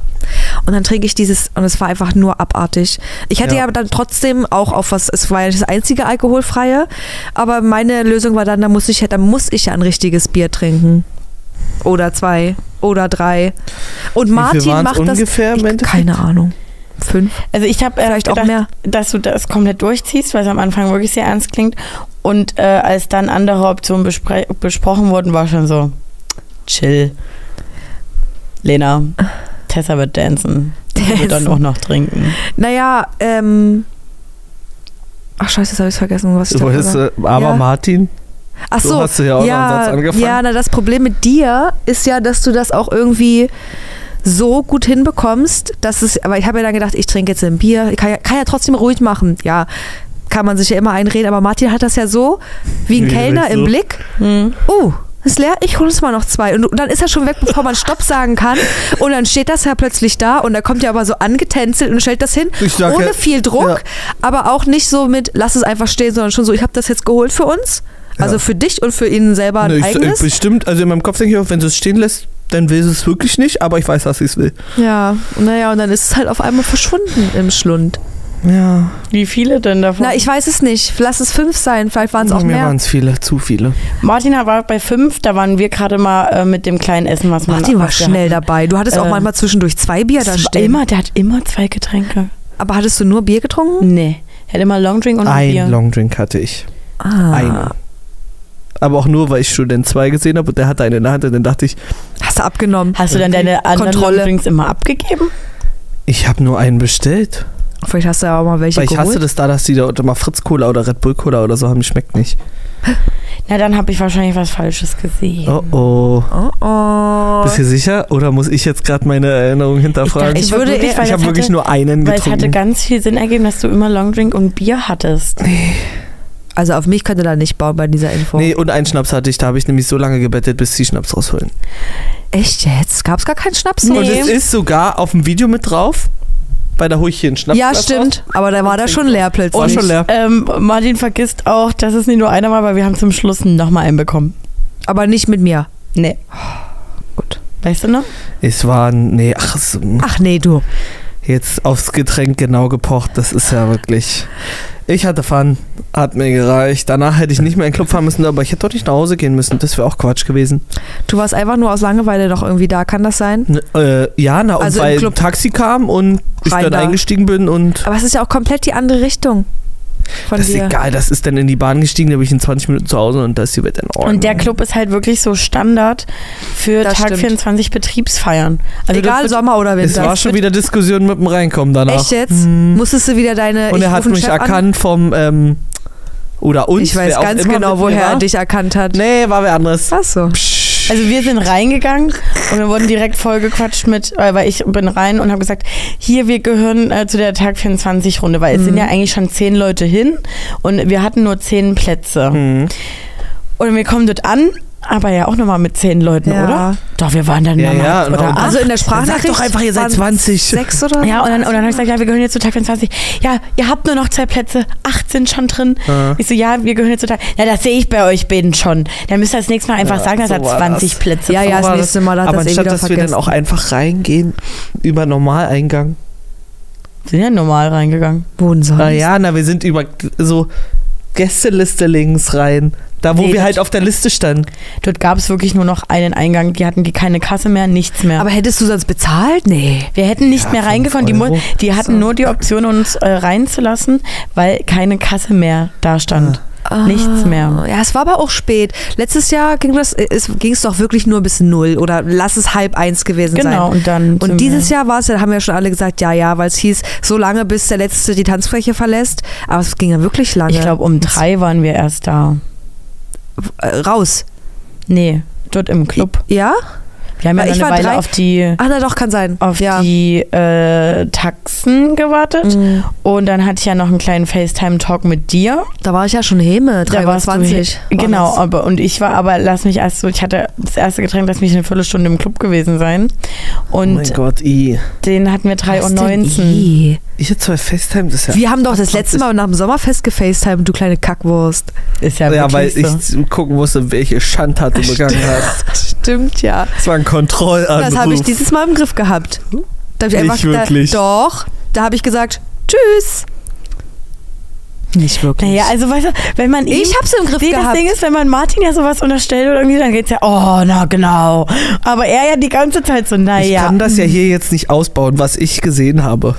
S3: Und dann trinke ich dieses und es war einfach nur abartig. Ich hatte
S2: Ja.
S3: ja, dann trotzdem auch auf was, es war ja das einzige alkoholfreie, aber meine Lösung war dann, da muss ich ja, dann muss ich ja ein richtiges Bier trinken. Oder zwei oder drei. Und
S2: Wie
S3: Martin
S2: viel waren's
S3: macht das.
S2: ungefähr im
S3: Ich,
S2: Endeffekt?
S3: keine Ahnung. Fünf.
S1: Also ich habe äh,
S3: Vielleicht auch
S1: gedacht,
S3: mehr.
S1: dass du das komplett durchziehst, weil es am Anfang wirklich sehr ernst klingt. Und äh, als dann andere Optionen bespre besprochen wurden, war schon so, chill. Lena, Tessa wird dancen. Die wird dann
S3: Dancen.
S1: auch noch trinken.
S3: Naja, ähm. Ach scheiße, jetzt habe ich vergessen, was ich
S2: So,
S3: da
S2: weißt du, aber
S3: Ja.
S2: Martin,
S3: Ach
S2: So
S3: so,
S2: hast du ja auch
S3: ja,
S2: noch einen Satz angefangen.
S3: Ja, na, das Problem mit dir ist ja, dass du das auch irgendwie so gut hinbekommst, dass es, aber ich habe ja dann gedacht, ich trinke jetzt ein Bier, ich kann ja, kann ja trotzdem ruhig machen. Ja, kann man sich ja immer einreden, aber Martin hat das ja so wie ein
S2: Nee,
S3: Kellner
S2: nicht
S3: im
S2: so.
S3: Blick.
S1: Hm?
S3: Uh, ist leer, ich hole uns mal noch zwei. Und dann ist er schon weg, bevor man Stopp sagen kann. Und dann steht das ja plötzlich da und er kommt ja aber so angetänzelt und stellt das hin,
S2: Ich sag
S3: ohne
S2: ja-
S3: viel Druck,
S2: ja.
S3: aber auch nicht so mit, lass es einfach stehen, sondern schon so, ich habe das jetzt geholt für uns. Also
S2: Ja.
S3: für dich und für ihn selber ein
S2: ne, ich, ich
S3: eigenes.
S2: bestimmt, also in meinem Kopf denke ich auch, wenn du es stehen lässt, dann will sie es wirklich nicht, aber ich weiß, dass ich es will.
S3: ja, naja, und dann ist es halt auf einmal verschwunden im Schlund.
S2: Ja,
S1: Wie viele denn davon?
S3: Na, ich weiß es nicht. Lass es fünf sein, vielleicht waren es auch
S2: mir
S3: mehr.
S2: waren es viele, zu viele.
S1: Martin war bei fünf, da waren wir gerade mal äh, mit dem kleinen Essen, was man
S3: Martin war
S1: was wir
S3: schnell
S1: hatten.
S3: dabei. Du hattest auch
S1: Ähm,
S3: manchmal zwischendurch zwei Bier da
S1: Das war
S3: stehen.
S1: Immer, der hat immer zwei Getränke.
S3: Aber hattest du nur Bier getrunken?
S1: Nee. Er hat immer Longdrink und ein Bier.
S2: Ein Longdrink hatte ich.
S3: Ah.
S2: Einen. Aber auch nur, weil ich Student 2 gesehen habe und der hatte einen in der Hand und dann dachte ich,
S3: Hast du abgenommen?
S1: Hast du dann deine anderen
S3: Kontrolle.
S1: Longdrinks immer abgegeben?
S2: ich habe nur einen bestellt.
S3: Vielleicht hast du ja auch mal welche
S2: Weil ich
S3: geholt.
S2: hasse das da, dass die da unter mal Fritz Cola oder Red Bull Cola oder so haben, die schmeckt nicht.
S1: Na, dann habe ich wahrscheinlich was Falsches gesehen.
S2: Oh oh.
S3: Oh, oh.
S2: Bist du sicher? Oder muss ich jetzt gerade meine Erinnerung hinterfragen?
S3: Ich
S2: Ich,
S1: dachte
S3: würde
S1: wirklich,
S3: eher-
S1: weil
S2: habe
S1: das
S2: wirklich
S1: hatte,
S2: nur einen
S1: Weil es hatte
S2: getrunken.
S1: ganz viel Sinn ergeben, dass du immer Longdrink und Bier hattest.
S3: Also auf mich könnte da nicht bauen bei dieser Info.
S2: Nee, und einen Schnaps hatte ich, da habe ich nämlich so lange gebettet, bis die Schnaps rausholen.
S3: Echt jetzt? Gab es gar keinen Schnaps?
S1: Nee.
S2: Und es ist sogar auf dem Video mit drauf, bei der hole ich hier einen Schnaps.
S3: Ja,
S2: raus.
S3: stimmt. Aber da war da schon leer plötzlich.
S2: War schon leer.
S1: Ähm, Martin vergisst auch, dass es nicht nur einer war, weil wir haben zum Schluss nochmal einen bekommen.
S3: Aber nicht mit mir.
S1: Nee.
S3: Gut.
S1: Weißt du noch?
S2: Es war, nee, ach, es,
S3: Ach nee, du.
S2: jetzt aufs Getränk genau gepocht. Das ist ja wirklich. Ich hatte Fun, hat mir gereicht. Danach hätte ich nicht mehr in den Club fahren müssen, aber ich hätte doch nicht nach Hause gehen müssen. Das wäre auch Quatsch gewesen.
S3: Du warst einfach nur aus Langeweile doch irgendwie da, kann das sein?
S2: N äh, ja, na, und
S3: Also im
S2: weil
S3: Club.
S2: Taxi kam und ich
S3: Rein
S2: dann
S3: da.
S2: eingestiegen bin und
S3: Aber es ist ja auch komplett die andere Richtung von
S2: das ist
S3: dir.
S2: egal, das ist dann in die Bahn gestiegen, da bin ich in 20 Minuten zu Hause und das hier wird in Ordnung.
S1: Und der Club ist halt wirklich so Standard für
S3: Das
S1: Tag
S3: stimmt.
S1: 24 Betriebsfeiern. Also das
S3: egal,
S1: wird-
S3: Sommer oder
S2: es
S3: Winter.
S2: war schon wieder Diskussion mit dem Reinkommen danach. Mhm.
S3: Echt jetzt? Musstest du wieder deine.
S2: Und
S3: ich
S2: er hat
S3: ruf einen
S2: mich
S3: Chef an?
S2: erkannt vom ähm, oder uns.
S3: Ich weiß
S2: wer auch
S3: ganz
S2: immer
S3: genau,
S2: mit mir
S3: woher
S2: war.
S3: er dich erkannt hat.
S2: Nee, war wer anderes.
S3: Was so?
S1: Also wir sind reingegangen und wir wurden direkt vollgequatscht mit, äh, weil ich bin rein und habe gesagt, hier, wir gehören äh, zu der Tag 24 Runde, weil es
S2: Mhm.
S1: sind ja eigentlich schon zehn Leute hin und wir hatten nur zehn Plätze.
S2: Mhm.
S1: Und wir kommen dort an, aber ja auch nochmal mit zehn Leuten,
S3: Ja.
S1: oder? Doch, wir waren dann
S2: Ja,
S1: nochmal
S2: ja,
S1: oder
S2: und-
S1: acht.
S3: Also in
S2: Dann
S3: der Sprachnachricht.
S2: Sag doch einfach, ihr seid
S3: waren
S2: 20.
S3: Sechs oder?
S1: Ja, und dann, und dann habe ich gesagt, ja, wir gehören jetzt zu Tag 24. Ja, ihr habt nur noch zwei Plätze, acht sind schon drin.
S2: Ja.
S1: Ich so, ja, wir gehören jetzt zu Tag. Ja, das sehe ich bei euch beiden schon. Dann müsst ihr das nächste Mal einfach
S2: Ja,
S1: sagen, dass
S2: so
S1: er
S2: war
S1: 20
S2: das.
S1: Plätze
S3: Ja,
S1: braucht.
S3: ja, das
S2: Aber-
S3: nächste Mal hat
S2: Aber
S3: das eh
S2: anstatt,
S3: wieder
S2: dass wir
S3: vergessen.
S2: dann auch einfach reingehen über Normaleingang.
S1: Sind ja normal reingegangen.
S3: Wohnen sollen.
S1: Ah,
S2: Naja, Ah, na, wir sind über so Gästeliste links rein. Da, wo
S1: Nee,
S2: wir
S1: das-
S2: halt auf der Liste standen.
S1: Dort gab es wirklich nur noch einen Eingang. Die hatten die keine Kasse mehr, nichts mehr.
S3: Aber hättest du sonst bezahlt? Nee.
S1: wir hätten nicht
S2: Ja,
S1: mehr
S2: fünf
S1: reingekommen. Die, mu-
S2: Euro.
S1: die hatten nur die Option, uns äh, reinzulassen, weil keine Kasse mehr da stand. Ah. Nichts mehr.
S3: Ja, es war aber auch spät. Letztes Jahr ging das, äh, es ging es doch wirklich nur bis null oder lass es halb eins gewesen sein.
S1: Genau, und dann.
S3: Und
S1: sind
S3: dieses
S1: wir-
S3: Jahr war es, ja, da haben ja schon alle gesagt, ja, ja, weil es hieß, so lange, bis der Letzte die Tanzfläche verlässt. Aber es ging ja wirklich lange.
S1: Ich glaube, um drei waren wir erst da.
S3: Äh, raus.
S1: Nee, dort im Club.
S3: Ja?
S1: Wir haben ja
S3: Weil
S1: noch
S3: ich
S1: eine
S3: war
S1: Weile
S3: drei-
S1: auf die.
S3: Ach, na doch, kann sein.
S1: auf
S3: ja.
S1: die äh, Taxen gewartet
S3: Mhm.
S1: und dann hatte ich ja noch einen kleinen FaceTime-Talk mit dir.
S3: Da war ich ja schon Heme,
S1: Da warst du
S3: 23.
S1: hin- Genau, aber, und ich war aber, lass mich erst so, ich hatte das erste Getränk, lass mich eine Viertelstunde im Club gewesen sein
S2: Oh mein
S1: und
S2: Gott, I.
S1: den hatten wir 3.19 Uhr.
S2: Ich hätte zwei FaceTime, das ist ja.
S3: eh? Wir haben doch das letzte Mal nach dem Sommerfest gefacetimed, du kleine Kackwurst.
S1: Ist ja,
S2: ja, weil
S1: wirklich so.
S2: ich gucken musste, welche Schandtat du begangen hast.
S3: Stimmt, ja.
S2: Das war ein Kontrollanruf.
S3: Das habe ich dieses Mal im Griff gehabt. Da hab ich
S2: Nicht
S3: einfach,
S2: wirklich.
S3: Da, doch, da habe ich gesagt, tschüss. Nicht wirklich.
S1: Naja, also weißt du, wenn man ihm,
S3: ich hab's im Griff
S1: Nee, das
S3: gehabt.
S1: Ding ist, wenn man Martin ja sowas unterstellt oder irgendwie, dann geht's ja, oh, na genau. Aber er ja die ganze Zeit so,
S2: ich
S1: naja,
S2: kann das ja hier jetzt nicht ausbauen, was ich gesehen habe.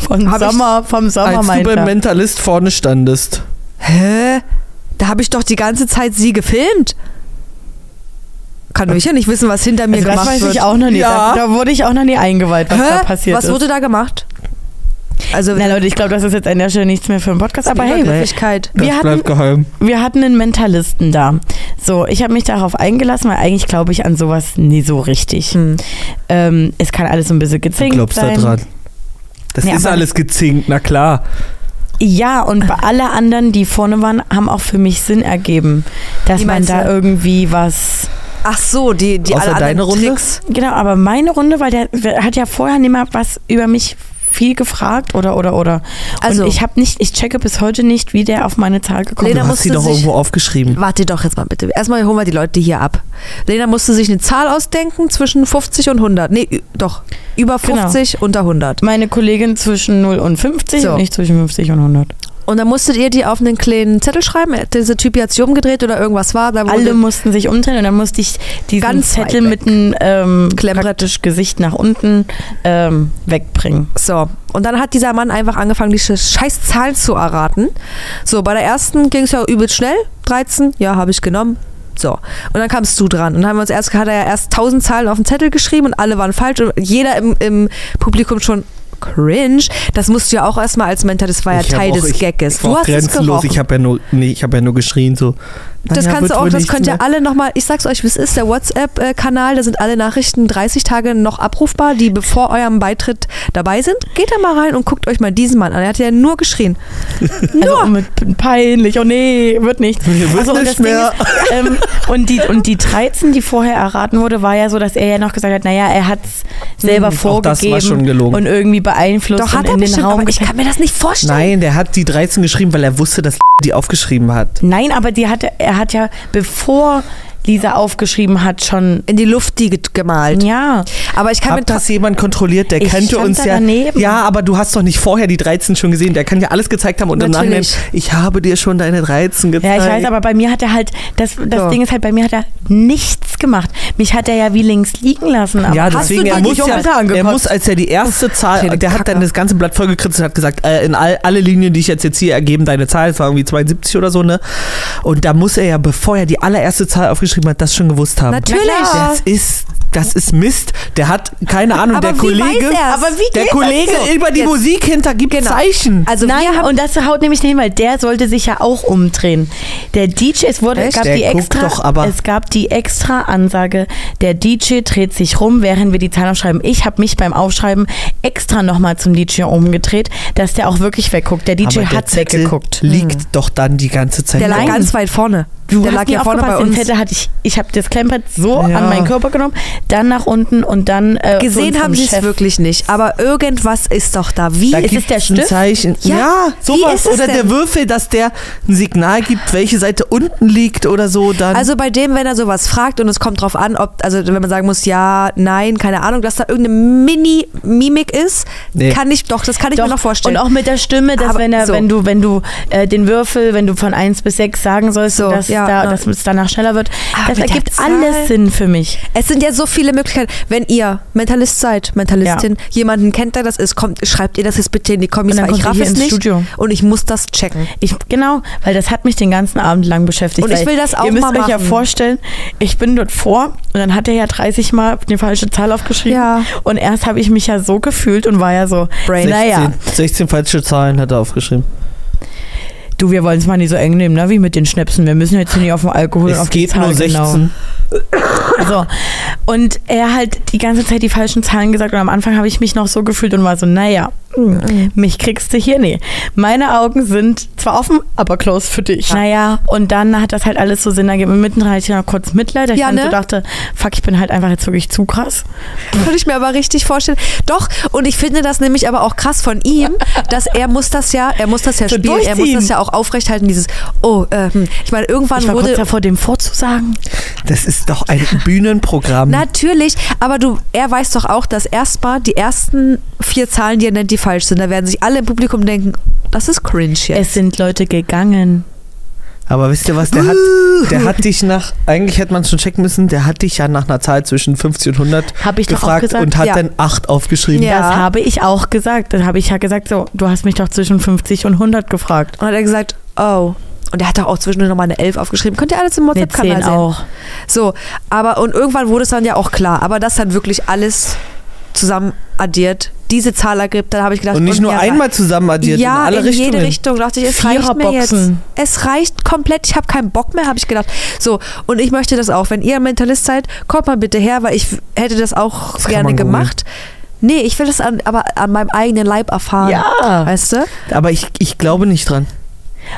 S1: vom
S3: Hab ich-
S1: Sommer, vom Sommer
S2: Als du
S1: meint
S2: beim
S1: er.
S2: Mentalist vorne standest.
S3: Hä? Da habe ich doch die ganze Zeit sie gefilmt. Kann ich ja nicht wissen, was hinter mir
S1: Also das
S3: gemacht
S1: weiß
S3: wird.
S1: ich auch noch nie.
S2: Ja.
S1: Da, da wurde ich auch noch nie eingeweiht, was
S3: Hä?
S1: da passiert
S3: was
S1: ist.
S3: wurde da gemacht? Also
S1: Na Leute, ich glaube, das ist jetzt an der Stelle nichts mehr für einen Podcast. Aber hey,
S3: Wirklichkeit.
S1: Wir
S2: das
S1: hatten-
S2: bleibt geheim.
S1: wir hatten einen Mentalisten da. So, ich habe mich darauf eingelassen, weil eigentlich glaube ich an sowas nie so richtig.
S3: Hm.
S1: Ähm, es kann alles so ein bisschen
S2: Du
S1: gezinkt
S2: glaubst
S1: sein.
S2: da dran. Das
S1: Nee,
S2: ist
S1: aber-
S2: alles gezinkt, na klar.
S1: Ja, und bei alle anderen, die vorne waren, haben auch für mich Sinn ergeben, dass
S3: Wie
S1: man
S3: meinst
S1: da
S3: du?
S1: irgendwie was.
S3: Ach so, die, die
S2: Außer
S3: alle
S2: deine
S3: anderen
S2: Runde?
S3: Tricks.
S1: Genau, aber meine Runde, weil der, der hat ja vorher niemand was über mich viel gefragt oder oder oder.
S3: Also-
S1: und ich habe nicht, ich checke bis heute nicht, wie der auf meine Zahl gekommen
S3: Lena
S2: du
S1: ist.
S2: hast sie
S3: musste
S2: doch
S3: sich-
S2: irgendwo aufgeschrieben.
S3: Warte doch jetzt mal bitte. Erstmal holen wir die Leute hier ab. Lena musste sich eine Zahl ausdenken zwischen 50 und 100. Nee, ü- doch. Über
S1: Genau.
S3: 50, unter 100.
S1: Meine Kollegin zwischen 0 und 50
S3: So.
S1: und ich zwischen 50 und 100.
S3: Und dann musstet ihr die auf einen kleinen Zettel schreiben. Dieser Typ hier hat sich umgedreht oder irgendwas war. Da wurde-
S1: Alle mussten sich umdrehen und dann musste ich diesen
S3: Ganz weit
S1: Zettel
S3: weg.
S1: mit einem ähm,
S3: Klemmbrett.
S1: praktisch Gesicht nach unten ähm, wegbringen.
S3: So, und dann hat dieser Mann einfach angefangen, die sch- scheiß Zahlen zu erraten. So, bei der ersten ging es ja übel schnell. 13, ja, habe ich genommen. So, und dann kamst du dran. Und dann haben wir uns erst, hat er ja erst 1000 Zahlen auf den Zettel geschrieben und alle waren falsch. Und jeder im, im Publikum schon cringe. Das musst du ja auch erstmal als Mentor, das war ja
S2: Ich hab
S3: Teil
S2: auch-
S3: des
S2: ich-
S3: Gagges.
S2: Ich war
S3: du
S2: auch
S3: hast es
S2: grenzenlos.
S3: gerochen.
S2: Ich habe ja, nur- nee, ich hab ja nur geschrien so.
S3: Das
S2: naja,
S3: kannst du
S2: wird
S3: auch,
S2: wohl
S3: das
S2: nichts
S3: könnt ihr
S2: mehr.
S3: alle nochmal, ich sag's euch, wie es ist, der WhatsApp-Kanal, da sind alle Nachrichten 30 Tage noch abrufbar, die bevor eurem Beitritt dabei sind. Geht da mal rein und guckt euch mal diesen Mann an. Er hat ja nur geschrien.
S1: Also mit peinlich, oh nee, wird nichts.
S2: Hier wird
S1: Also, und
S2: nicht
S1: das Ding
S2: mehr.
S1: ist, ähm, und, die, und die 13, die vorher erraten wurde, war ja so, dass er ja noch gesagt hat, naja, er hat es selber
S2: Auch das
S1: vorgegeben
S2: war schon gelogen.
S1: und irgendwie beeinflusst
S3: Doch
S1: und
S3: hat
S1: in
S3: er
S1: den
S3: bestimmt,
S1: Raum
S3: aber ich
S1: gesteckt.
S3: kann mir das nicht vorstellen.
S2: Nein, der hat die 13 geschrieben, weil er wusste, dass die aufgeschrieben hat.
S1: Nein, aber die hat, er hat ja, bevor Lisa aufgeschrieben hat, schon.
S3: In die Luft die get- gemalt.
S1: Ja,
S3: Aber ich kann mir
S2: Ob das jemand kontrolliert, der
S1: Ich
S2: könnte
S1: stand
S2: uns
S1: da
S2: ja.
S1: daneben.
S2: Ja, aber du hast doch nicht vorher die 13 schon gesehen. Der kann ja alles gezeigt haben und danach nennen,
S3: Natürlich.
S2: ich habe dir schon deine 13 gezeigt.
S1: Ja, ich weiß, aber bei mir hat er halt, das, das
S3: Ja.
S1: Ding ist halt, bei mir hat er nichts gemacht. Mich hat er ja wie links liegen lassen. Aber
S2: Ja,
S1: hast
S2: deswegen,
S1: du
S2: er
S1: die
S2: muss
S1: Jungen
S2: ja,
S1: bitte
S2: er
S1: angekotzt?
S2: muss, als er die erste Zahl,
S3: Kleine
S2: der hat dann
S3: Kacke.
S2: das ganze Blatt vollgekritzt und hat gesagt, äh, in all, alle Linien, die ich jetzt jetzt hier ergeben, deine Zahl, es war irgendwie 72 oder so, ne? Und da muss er ja, bevor er die allererste Zahl aufgeschrieben hat, das schon gewusst haben.
S3: Natürlich.
S1: Na klar.
S2: Das ist, das ist Mist. Der hat, keine Ahnung,
S3: Aber
S2: der
S3: wie
S2: Kollege,
S3: weiß er's?
S1: Aber wie
S2: der
S1: geht
S2: Kollege
S1: das so?
S2: über die
S3: Jetzt.
S2: Musik hinter gibt
S3: Genau.
S2: Zeichen.
S3: Also wir
S1: Nein,
S3: haben
S1: und das haut nämlich nicht hin, weil der sollte sich ja auch umdrehen. Der DJ, es wurde, es
S3: Echt?
S1: gab
S2: Der
S1: die
S2: guckt
S1: extra,
S2: doch aber.
S1: es gab die extra Ansage, der DJ dreht sich rum, während wir die Zahlen aufschreiben. Ich habe mich beim Aufschreiben extra nochmal zum DJ umgedreht, dass der auch wirklich wegguckt. Der DJ
S2: Aber der
S1: hat
S2: Zettel
S1: weggeguckt.
S2: Liegt doch dann die ganze Zeit.
S3: der lag
S2: rum.
S3: ganz weit vorne.
S1: Du
S3: der
S1: hast
S3: lag
S1: nie
S3: ja vorne bei
S1: aufgepasst, den
S3: uns.
S1: Zettel hatte ich, ich habe das Klemmbrett so
S2: Ja.
S1: an meinen Körper genommen, dann nach unten und dann äh,
S3: Gesehen haben sie es wirklich nicht, aber irgendwas ist doch da. Wie?
S2: Da
S1: Ist es
S2: gibt's
S1: der
S2: ein
S1: Stift?
S2: Zeichen. Ja,
S3: Ja, wie
S2: sowas.
S3: ist es
S2: Oder der
S3: denn?
S2: Würfel, dass der ein Signal gibt, welche Seite unten liegt oder so. Dann
S3: Also bei dem, wenn er sowas fragt und es kommt drauf an, ob, also wenn man sagen muss, ja, nein, keine Ahnung, dass da irgendeine Mini-Mimik ist,
S2: Nee.
S3: kann ich doch, das kann ich
S1: Doch,
S3: mir noch vorstellen.
S1: Und auch mit der Stimme, dass
S3: Aber
S1: wenn, er,
S3: so.
S1: wenn du, wenn du äh, den Würfel, wenn du von 1 bis 6 sagen sollst,
S3: So,
S1: dass,
S3: ja,
S1: da,
S3: ja.
S1: dass es danach schneller wird,
S3: Aber
S1: das
S3: mit der
S1: ergibt
S3: Zahl-
S1: alles Sinn für mich.
S3: es sind ja so viele Möglichkeiten. Wenn ihr Mentalist seid, Mentalistin, jemanden kennt, der das ist, kommt, schreibt ihr das jetzt bitte in die Kommis,
S1: Und dann
S3: weil ich
S1: kommt
S3: raff
S1: ihr hier
S3: es
S1: ins
S3: nicht
S1: Studio.
S3: und ich muss das checken.
S1: Ich, genau, weil das hat mich den ganzen Abend lang beschäftigt.
S3: Und ich
S1: weil
S3: will das auch
S1: Ihr müsst
S3: mal
S1: euch ja
S3: machen.
S1: vorstellen, ich bin dort vor und dann hat er ja 30 Mal die falsche Zahl aufgeschrieben.
S3: Ja.
S1: Und erst habe ich mich ja so gefühlt und war ja so,
S3: Brain.
S1: naja,
S2: 16, 16 falsche Zahlen hat er aufgeschrieben.
S1: du, wir wollen es mal nicht so eng nehmen, ne, wie mit den Schnäpsen. Wir müssen jetzt hier nicht auf den Alkohol und
S2: es
S1: auf die
S2: geht
S1: Zahl
S2: nur
S1: Genau.
S2: 16.
S1: So. Und er halt die ganze Zeit die falschen Zahlen gesagt und am Anfang habe ich mich noch so gefühlt und war so, naja,
S3: Mhm.
S1: mh, mich kriegst du hier nie. Meine Augen sind zwar offen, aber close für dich. Naja, und dann hat das halt alles so Sinn ergeben. Und Mittendrin hatte ich noch kurz Mitleid, dass
S3: Ja,
S1: ich dann
S3: ne?
S1: so dachte, fuck, ich bin halt einfach jetzt wirklich zu krass.
S3: Könnte ich mir aber richtig vorstellen. Doch, und ich finde das nämlich aber auch krass von ihm, dass er muss das ja, er muss das ja
S1: So
S3: spielen, er muss
S1: durchziehen.
S3: das ja auch aufrechthalten, dieses, oh, äh, hm. ich meine, irgendwann
S1: Ich war kurz
S3: wurde
S1: davor, dem vorzusagen.
S2: Das ist doch ein Bühnenprogramm.
S3: Natürlich, aber du, er weiß doch auch, dass erstmal die ersten vier Zahlen, die er nennt, die falsch sind. Da werden sich alle im Publikum denken, das ist cringe jetzt.
S1: Es sind Leute gegangen.
S2: Aber wisst ihr was, der hat, der hat dich nach, eigentlich hätte man es schon checken müssen, der hat dich ja nach einer Zahl zwischen 50 und 100
S1: Hab ich doch auch
S2: gefragt
S1: gesagt,
S2: und hat
S3: ja.
S2: dann 8 aufgeschrieben.
S3: Ja.
S1: Das habe ich auch gesagt. Das habe ich ja gesagt, so, du hast mich doch zwischen 50 und 100 gefragt.
S3: Und hat er gesagt, oh. Und er hat doch auch zwischendurch nochmal eine Elf aufgeschrieben. Könnt ihr alles im
S1: Nee,
S3: WhatsApp-Kanal
S1: 10
S3: sehen.
S1: auch.
S3: So, aber und irgendwann wurde es dann ja auch klar. Aber das dann wirklich alles zusammen addiert, diese Zahl ergibt, dann habe ich gedacht,
S2: Und nicht nur
S3: ja,
S2: einmal zusammen addiert,
S3: ja,
S2: in alle
S3: in
S2: Richtungen.
S3: jede Richtung. Dachte ich, es reicht mir jetzt.
S1: Viererboxen.
S3: Es reicht komplett. Ich habe keinen Bock mehr, habe ich gedacht. So, und ich möchte das auch. Wenn ihr Mentalist seid, kommt mal bitte her, weil ich w- hätte das auch
S2: kann
S3: gerne
S2: man googeln.
S3: gemacht. Nee, ich will das an, aber an meinem eigenen Leib erfahren.
S1: Ja.
S3: Weißt du?
S2: Aber ich, ich glaube nicht dran.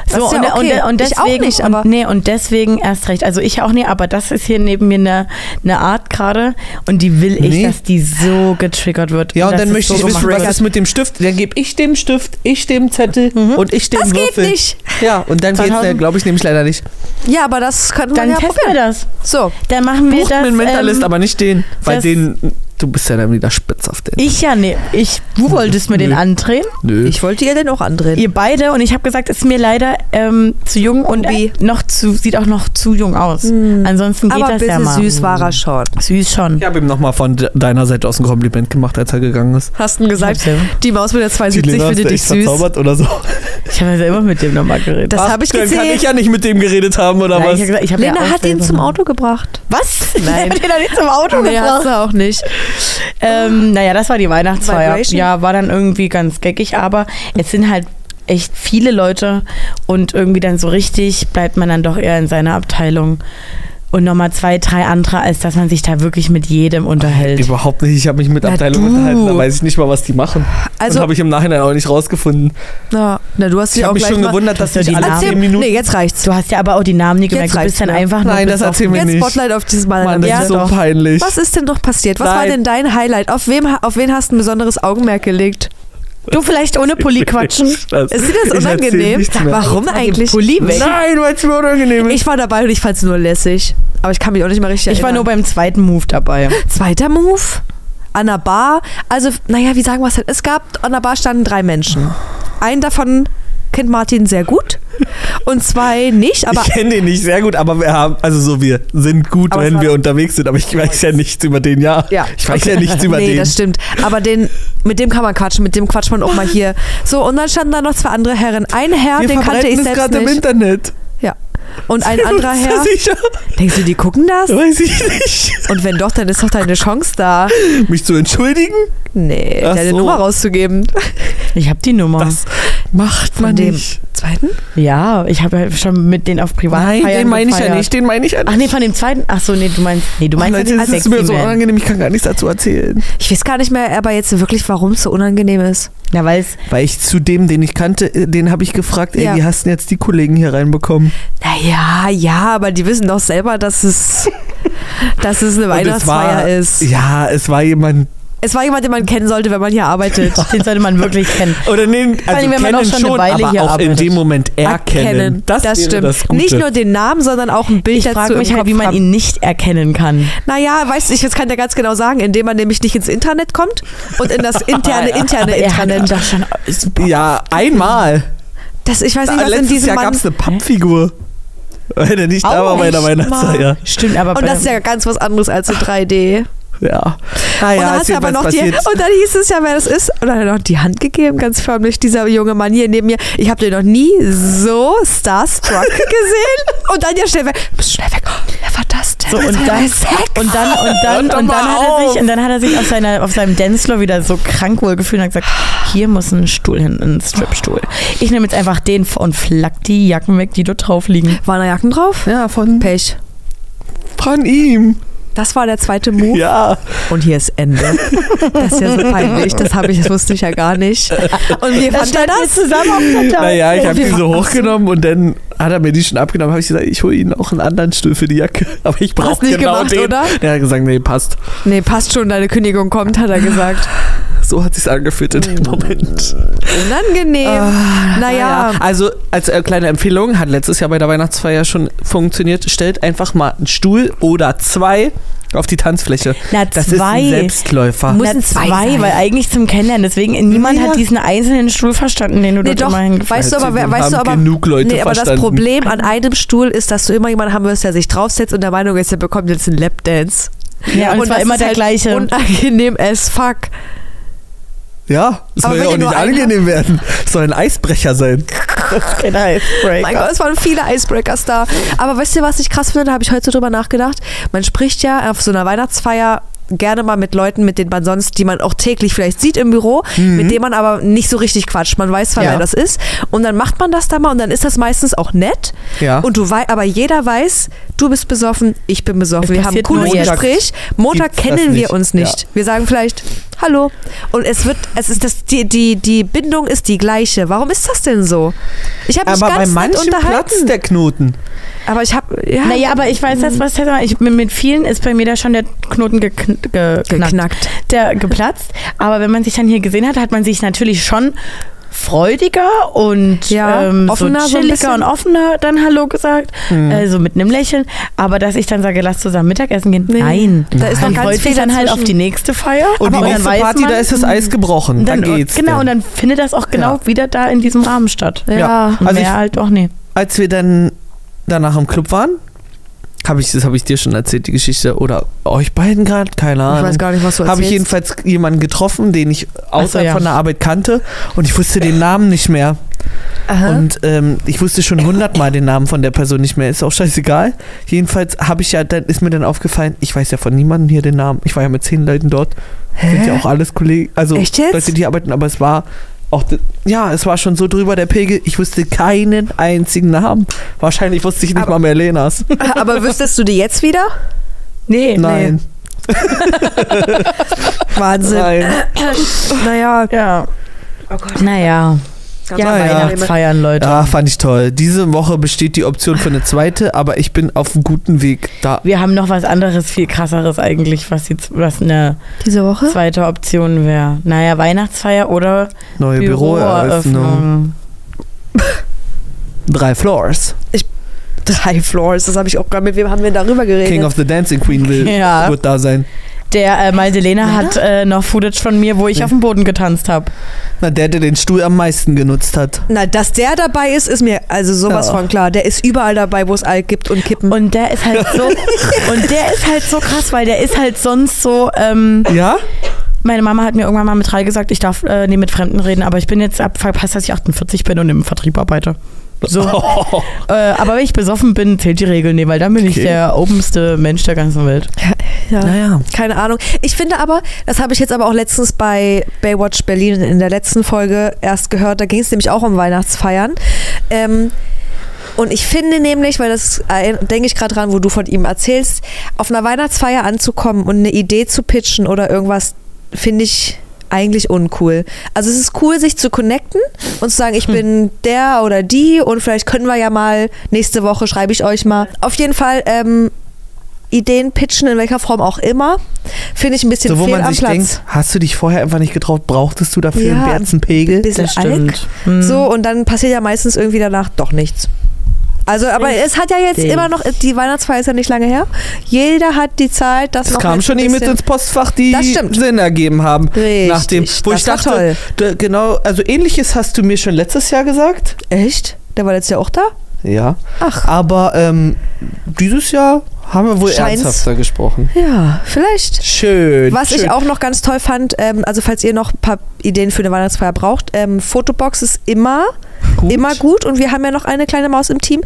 S1: So,
S3: Das ist
S1: und,
S3: ja okay.
S1: und, und
S3: Ich auch
S1: deswegen,
S3: nicht, aber-
S1: und, nee, und deswegen erst recht. Also ich auch nicht, aber das ist hier neben mir eine, eine Art gerade und die will ich,
S2: Nee.
S1: dass die so getriggert wird.
S2: Ja,
S1: und
S2: und
S1: dass
S2: dann
S1: es
S2: möchte
S1: so
S2: ich wissen,
S1: gemacht
S2: was
S1: wird.
S2: ist mit dem Stift. Dann gebe ich dem Stift, ich dem Zettel und ich dem
S3: Das geht
S2: Würfel.
S3: nicht.
S2: Ja, und dann geht's,
S1: 2000
S2: äh, glaube ich, nämlich leider nicht.
S3: Ja, aber das könnte man
S1: Dann
S3: ja
S1: testen wir
S3: probieren.
S1: das.
S3: So,
S1: Dann machen wir
S2: Bucht
S1: das.
S2: mit Mentalist,
S1: ähm,
S2: aber nicht den, weil
S1: das-
S2: den, du bist ja dann wieder spitz auf den.
S1: ich ja, nee. Ich, du wolltest mir den
S2: Nö.
S1: andrehen,
S2: Nö.
S3: ich wollte ihr den auch andrehen.
S1: ihr beide. Und ich habe gesagt, ist mir leider ähm, zu jung und äh,
S3: Obi. Hm.
S1: noch zu, sieht auch noch zu jung aus. Ansonsten geht
S3: aber ein
S1: das ja
S3: bisschen
S1: mal.
S3: süß war er schon.
S1: Süß schon.
S2: ich habe ihm nochmal von de- deiner Seite aus ein Kompliment gemacht, als er gegangen ist.
S3: Hast du gesagt,
S1: Ich
S3: die Maus mit der
S2: Die
S3: 72
S2: Lena
S3: findet
S2: ist
S3: dich
S2: echt
S3: süß.
S2: verzaubert oder so.
S1: Ich habe ja selber mit dem nochmal geredet.
S3: Das habe ich
S2: Dann kann ich
S3: gesehen.
S2: ja nicht mit dem geredet haben oder
S1: Nein, ich
S2: was?
S1: hab gesagt, ich hab ja
S3: Lena
S1: auch
S3: hat ihn
S1: selber
S3: zum
S1: mal-
S3: Auto gebracht.
S1: Was?
S3: Nein.
S1: Ich hab den doch nicht zum Auto
S3: Nee, hat
S1: gebracht.
S3: sie auch nicht.
S2: Ah.
S1: Ähm, naja, das war die Weihnachtsfeier.
S3: Vibration.
S1: Ja, war dann irgendwie ganz geckig, aber es sind halt echt viele Leute und irgendwie dann so richtig bleibt man dann doch eher in seiner Abteilung und nochmal zwei, drei andere, als dass man sich da wirklich mit jedem unterhält.
S2: Überhaupt nicht, ich habe mich mit Abteilung
S1: du.
S2: unterhalten, da weiß ich nicht mal, was die machen.
S3: Also-
S2: und habe ich im Nachhinein auch nicht rausgefunden.
S3: Na, na du hast dich
S2: Ich
S3: auch
S2: habe mich
S3: gleich
S2: schon
S3: mal
S2: gewundert, dass
S1: Hast du
S2: ich
S1: die
S2: alle
S1: Namen?
S2: zehn
S3: Erzähl,
S2: Minuten...
S3: nee, jetzt reicht's.
S1: Du hast ja aber auch die Namen nie gemerkt. Du
S3: reicht's
S1: bist dann
S3: mir.
S1: einfach nur
S2: Nein,
S1: bis
S2: das
S1: auf-
S2: erzählen wir
S3: Jetzt
S2: nicht.
S3: Spotlight auf dieses Mal.
S2: Mann, das
S1: Ja,
S2: ist so
S1: doch.
S2: peinlich.
S3: Äh, Was ist denn doch passiert? Was war
S2: Nein.
S3: denn dein Highlight? Auf wem, auf wen hast du ein besonderes Augenmerk gelegt?
S1: Du vielleicht ohne Pulli quatschen.
S2: Das-
S3: Ist dir das
S2: ich erzähl
S3: unangenehm?
S2: nichts mehr.
S3: Warum
S1: Jetzt war die
S3: eigentlich?
S1: Pulli weg.
S2: Nein, weil es mir unangenehm ist.
S3: Ich war dabei und ich
S2: genau.
S3: fand's nur lässig. Aber ich kann mich auch nicht mehr richtig
S1: Ich war nur
S3: erinnern.
S1: beim zweiten Move dabei.
S3: Zweiter Move? an der Bar, also naja, wie sagen wir es denn? Es gab an der Bar standen drei Menschen. Einen davon kennt Martin sehr gut und zwei nicht, aber
S2: ich kenne den nicht sehr gut, aber wir haben, also so, wir sind gut,
S3: Aber es
S2: wenn
S3: war-
S2: wir unterwegs sind, aber ich weiß ja nichts über den, ja.
S3: Ja.
S2: Ich weiß ja nichts über
S3: nee,
S2: den.
S3: das stimmt. Aber den, mit dem kann man quatschen, mit dem quatscht man auch mal hier. So, und dann standen da noch zwei andere Herren. Ein Herr,
S2: wir
S3: den kannte
S2: verbreiten
S3: ich
S2: es
S3: selbst
S2: gerade im
S3: nicht.
S2: Internet.
S3: Ja. Und ein anderer
S2: Bist du
S3: Herr.
S2: Sicher?
S3: Denkst du, die gucken das?
S2: Weiß ich nicht.
S3: Und wenn doch, dann ist doch deine Chance da.
S2: Mich zu entschuldigen?
S3: Nee,
S2: Ach
S3: deine
S2: so.
S3: Nummer rauszugeben.
S1: Ich habe die Nummer.
S2: Das macht man
S3: Von dem
S2: nicht.
S3: zweiten?
S1: ja, ich habe ja schon mit denen auf Privatfeiern
S2: Nein, den meine ich ja
S1: gefeiert.
S2: nicht, den meine ich ja nicht.
S1: Ach nee, von dem zweiten. Ach so, nee, du meinst, nee, du meinst
S2: Leute,
S1: den
S2: das ist
S1: sexy
S2: mir so
S1: man.
S2: unangenehm, ich kann gar nichts dazu erzählen.
S3: Ich weiß gar nicht mehr, aber jetzt wirklich, warum es so unangenehm ist.
S1: Na, weil es
S2: Weil ich zu dem, den ich kannte, äh, den habe ich gefragt, ey,
S3: Ja.
S2: wie hast du denn jetzt die Kollegen hier reinbekommen?
S3: Naja, ja, aber die wissen doch selber, dass es, dass es eine
S2: Und es
S3: Weihnachtsfeier
S2: war-
S3: ist.
S2: Ja, es war jemand.
S3: Es war jemand, den man kennen sollte, wenn man hier arbeitet.
S1: den sollte man wirklich kennen.
S2: Oder nee, also
S1: allem, wenn man
S2: kennen
S1: auch schon eine
S2: schon,
S1: Weile
S2: aber
S1: hier
S2: auch in
S1: arbeitet.
S2: dem Moment
S3: Ah,
S2: erkennen.
S3: Das,
S2: wäre
S3: stimmt.
S2: Das Gute.
S3: nicht nur den Namen, sondern auch ein Bild
S1: Ich
S3: dazu.
S1: frage mich
S3: im
S1: halt, wie
S3: Kopf Äh,
S1: man
S3: haben.
S1: ihn nicht erkennen kann.
S3: Naja, weißt du, ich jetzt kann dir ganz genau sagen, indem man nämlich nicht ins Internet kommt und in das interne, interne
S1: Aber er hat
S3: Internet.
S2: genau.
S1: doch schon.
S3: Oh
S2: ja, einmal. Ah,
S3: Das, ich weiß nicht, was in
S2: Letztes
S3: diesem
S2: Jahr gab
S3: Mann.
S2: es eine Pappfigur. Weil der nicht da
S3: Au,
S2: war bei der
S3: echt
S2: Weihnachtsfeier.
S1: Stimmt, aber
S3: Und
S1: bei
S3: das ist ja ganz was anderes als in 3D.
S2: Ja. Ah,
S3: und dann
S2: ja,
S3: hast
S2: ist
S3: du aber
S2: jedenfalls
S3: noch die,
S2: passiert.
S3: und dann hieß es ja, wer das ist. Und dann hat er noch die Hand gegeben, ganz förmlich, dieser junge Mann hier neben mir. Ich habe den noch nie so starstruck gesehen. Und dann ja schnell weg. Bist schnell weg. Oh, wer war das denn?
S1: So, und
S3: War
S1: dann-
S3: der Sex?
S1: Und dann, und dann,
S2: Hört doch
S1: und dann,
S2: mal
S1: hat er
S2: auf.
S1: sich, und dann hat er sich auf, seiner, auf seinem Dancefloor wieder so krank wohl gefühlt und hat gesagt, hier muss ein Stuhl hin, ein Stripstuhl. Ich nehme jetzt einfach den und flack die Jacken weg, die dort drauf liegen.
S3: Waren da Jacken drauf?
S2: Ja, von,
S3: Pech.
S2: von ihm.
S3: Das war der zweite Move.
S2: Ja.
S3: Und hier ist Ende. Das ist ja so peinlich. Das habe ich, das wusste ich ja gar nicht. Und wie fand er das?
S1: zusammen auf der Tafel.
S2: Naja, ich
S3: Und
S2: habe
S3: wir
S2: ihn so
S3: hatten-
S2: hochgenommen und dann hat er mir die schon abgenommen. habe ich gesagt, ich hole Ihnen auch einen anderen Stuhl für die Jacke. Aber ich brauche
S3: Hast nicht
S2: genau
S3: gemacht,
S2: den.
S3: oder?
S2: Er hat gesagt, nee, passt.
S3: Nee, passt schon, deine Kündigung kommt, hat er gesagt.
S1: Ah.
S2: So hat sich's angefühlt in
S3: Oh
S2: dem Moment.
S3: Unangenehm.
S1: Ah,
S3: naja.
S2: Also als äh, kleine Empfehlung, hat letztes Jahr bei der Weihnachtsfeier schon funktioniert, stellt einfach mal einen Stuhl oder zwei auf die Tanzfläche.
S1: Na,
S2: Das ist
S1: zwei.
S2: ein Selbstläufer.
S3: Muss-
S1: Na,
S3: Müssen zwei
S1: zwei,
S3: sein.
S1: weil eigentlich zum Kennenlernen. Deswegen, niemand
S2: Ja.
S1: hat diesen einzelnen Stuhl verstanden, den du
S3: Nee,
S1: dort
S3: doch,
S1: immer hingefallen
S3: weißt du aber,
S2: Also
S3: wer-
S2: Haben
S3: weißt du aber,
S2: genug Leute
S3: nee, aber das
S2: verstanden.
S3: Problem an einem Stuhl ist, dass du immer jemanden haben wirst, der sich draufsetzt und der Meinung ist, der bekommt jetzt einen Lapdance.
S1: Ja, und, es war
S3: das
S1: immer
S3: ist
S1: der
S3: halt
S1: gleiche.
S3: Unangenehm as fuck.
S2: Ja, es
S3: Aber
S2: soll ja auch
S3: wenn ihr
S2: nicht
S3: nur einen
S2: angenehm werden. Es soll ein Eisbrecher sein.
S3: Mein Gott, es waren viele Icebreakers da. Aber weißt du, was ich krass finde? Da habe ich heute so drüber nachgedacht. Man spricht ja auf so einer Weihnachtsfeier gerne mal mit Leuten, mit denen man sonst, die man auch täglich vielleicht sieht im Büro, mit denen man aber nicht so richtig quatscht. Man weiß zwar,
S2: Mhm. Ja.
S3: wer das ist. Und dann macht man das da mal und dann ist das meistens auch nett.
S2: Ja.
S3: Und du weißt, aber jeder weiß, du bist besoffen, ich bin besoffen.
S1: Es
S3: wir haben ein
S1: passiert nur
S3: cooles
S1: jetzt.
S3: Gespräch. Montag
S2: Gibt's das
S3: kennen
S2: nicht.
S3: wir uns nicht.
S2: Ja.
S3: Wir sagen vielleicht Hallo. Und es wird, es ist das, die, die, die Bindung ist die gleiche. Warum ist das denn so? Ich habe mich
S2: Aber bei
S3: ganz nett
S2: manchen platzt
S3: unterhalten.
S2: der Knoten.
S3: aber ich habe ja,
S1: Naja, aber ich weiß das, was Tessa ich, mit, mit vielen ist bei mir da schon der Knoten gekn geknackt,
S3: geknackt.
S1: Der geplatzt. Aber wenn man sich dann hier gesehen hat, hat man sich natürlich schon freudiger und
S3: Ja,
S1: ähm,
S3: offener so
S1: so
S3: ein
S1: chilliger
S3: bisschen.
S1: und offener dann Hallo gesagt, äh, so mit einem Lächeln. Aber dass ich dann sage, lass zusammen Mittagessen gehen,
S3: Nee.
S1: nein.
S3: Da ist noch
S1: dann
S3: ganz
S1: freut
S3: viel
S1: sich dann halt
S3: dazwischen.
S1: auf die nächste Feier.
S2: Und
S1: Aber
S2: die nächste
S1: dann weiß
S2: Party,
S1: man,
S2: da ist das Eis gebrochen.
S1: dann,
S2: da geht's.
S1: Genau,
S2: dann.
S1: und dann findet das auch genau
S2: Ja.
S1: wieder da in diesem Rahmen statt.
S3: Ja.
S2: Ja.
S1: Und
S2: Also
S1: mehr
S2: ich-
S1: halt auch nicht.
S2: als wir dann danach im Club waren, habe ich, das habe ich dir schon erzählt, die Geschichte, oder euch beiden gerade, keine
S3: Ich weiß
S2: Ahnung.
S3: gar nicht, was du
S2: Habe ich
S3: erzählst.
S2: jedenfalls jemanden getroffen, den ich außerhalb
S1: ja.
S2: von der Arbeit kannte und ich wusste den Namen nicht mehr.
S3: Aha.
S2: Und ähm, ich wusste schon hundertmal den Namen von der Person nicht mehr. Ist auch scheißegal. Jedenfalls habe ich ja, dann ist mir dann aufgefallen, ich weiß ja von niemandem hier den Namen. Ich war ja mit zehn Leuten dort. Sind ja auch alles Kollegen, also
S3: Echt jetzt?
S2: Leute, die hier arbeiten, aber es war auch, d- ja, es war schon so drüber der Pegel. Ich wusste keinen einzigen Namen. Wahrscheinlich wusste ich nicht
S3: Aber-
S2: mal mehr Lenas.
S3: aber wüsstest du die jetzt wieder?
S1: Nee,
S2: Nein,
S3: Wahnsinn.
S2: nein.
S3: Naja,
S1: Ja.
S3: oh Gott.
S1: Naja. Ja,
S2: Ja, ja.
S1: Weihnachtsfeiern, Leute.
S2: Ja, fand ich toll. Diese Woche besteht die Option für eine zweite, aber ich bin auf einem guten Weg da.
S1: Wir haben noch was anderes, viel krasseres eigentlich, was jetzt was eine
S3: Diese Woche?
S1: zweite Option wäre. Naja, Weihnachtsfeier oder
S2: Neue Büroeröffnung.
S1: Büroeröffnung.
S2: Drei Floors.
S3: Drei Floors, das habe ich auch gerade. Mit wem haben wir darüber geredet?
S2: King of the Dancing Queen will,
S1: Ja.
S2: wird da sein.
S1: Der äh, Maldelena hat äh, noch Footage von mir, wo ich auf dem Boden getanzt habe.
S2: Na, der, der den Stuhl am meisten genutzt hat.
S3: Na, dass der dabei ist, ist mir also sowas
S2: Ja.
S3: von klar. Der ist überall dabei, wo es Alk gibt und Kippen.
S1: Und der ist halt so, und der ist halt so krass, weil der ist halt sonst so, ähm,
S2: Ja?
S1: meine Mama hat mir irgendwann mal mit drei gesagt, ich darf äh, nie mit Fremden reden, aber ich bin jetzt ab, verpasst, dass ich 48 bin und im Vertrieb arbeite. So. Äh, aber wenn ich besoffen bin, zählt die Regel, nee, weil dann bin ich
S2: Okay.
S1: der obenste Mensch der ganzen Welt.
S3: ja.
S2: Naja.
S3: Keine Ahnung. Ich finde aber, das habe ich jetzt aber auch letztens bei Baywatch Berlin in der letzten Folge erst gehört. Da ging es nämlich auch um Weihnachtsfeiern. Ähm, und ich finde nämlich, weil das ein- denke ich gerade dran, wo du von ihm erzählst, auf einer Weihnachtsfeier anzukommen und eine Idee zu pitchen oder irgendwas, finde ich eigentlich uncool. Also es ist cool, sich zu connecten und zu sagen, ich
S2: Hm.
S3: bin der oder die und vielleicht können wir ja mal nächste Woche schreibe ich euch mal. Auf jeden Fall ähm, Ideen pitchen in welcher Form auch immer, finde ich ein bisschen
S2: So, wo
S3: fehl
S2: man
S3: am
S2: sich
S3: Platz.
S2: denkt, hast du dich vorher einfach nicht getraut, brauchtest du dafür
S3: Ja.
S2: einen Bärzenpegel?
S3: bisschen Alk.
S1: Mhm.
S3: So, und dann passiert ja meistens irgendwie danach doch nichts. Also, aber es hat ja jetzt
S1: Richtig.
S3: immer noch, die Weihnachtsfeier ist ja nicht lange her. Jeder hat die Zeit, das
S2: Es
S3: noch
S2: kamen
S3: jetzt
S2: schon
S3: ein
S2: E-Mails
S3: bisschen-
S2: ins Postfach, die
S3: Das stimmt.
S2: Sinn ergeben haben.
S3: Richtig,
S2: Nachdem, wo
S3: das
S2: ich
S3: war toll.
S2: dachte, da, genau, also ähnliches hast du mir schon letztes Jahr gesagt.
S3: Echt? Der war letztes Jahr auch da?
S2: Ja.
S3: Ach.
S2: Aber ähm, dieses Jahr haben wir wohl
S3: Scheint's.
S2: ernsthafter gesprochen.
S3: Ja, vielleicht.
S2: Schön.
S3: Was
S2: schön.
S3: ich auch noch ganz toll fand, ähm, also falls ihr noch ein paar Ideen für eine Weihnachtsfeier braucht, ähm, Fotobox ist immer
S2: Gut.
S3: immer gut und wir haben ja noch eine kleine Maus im Team,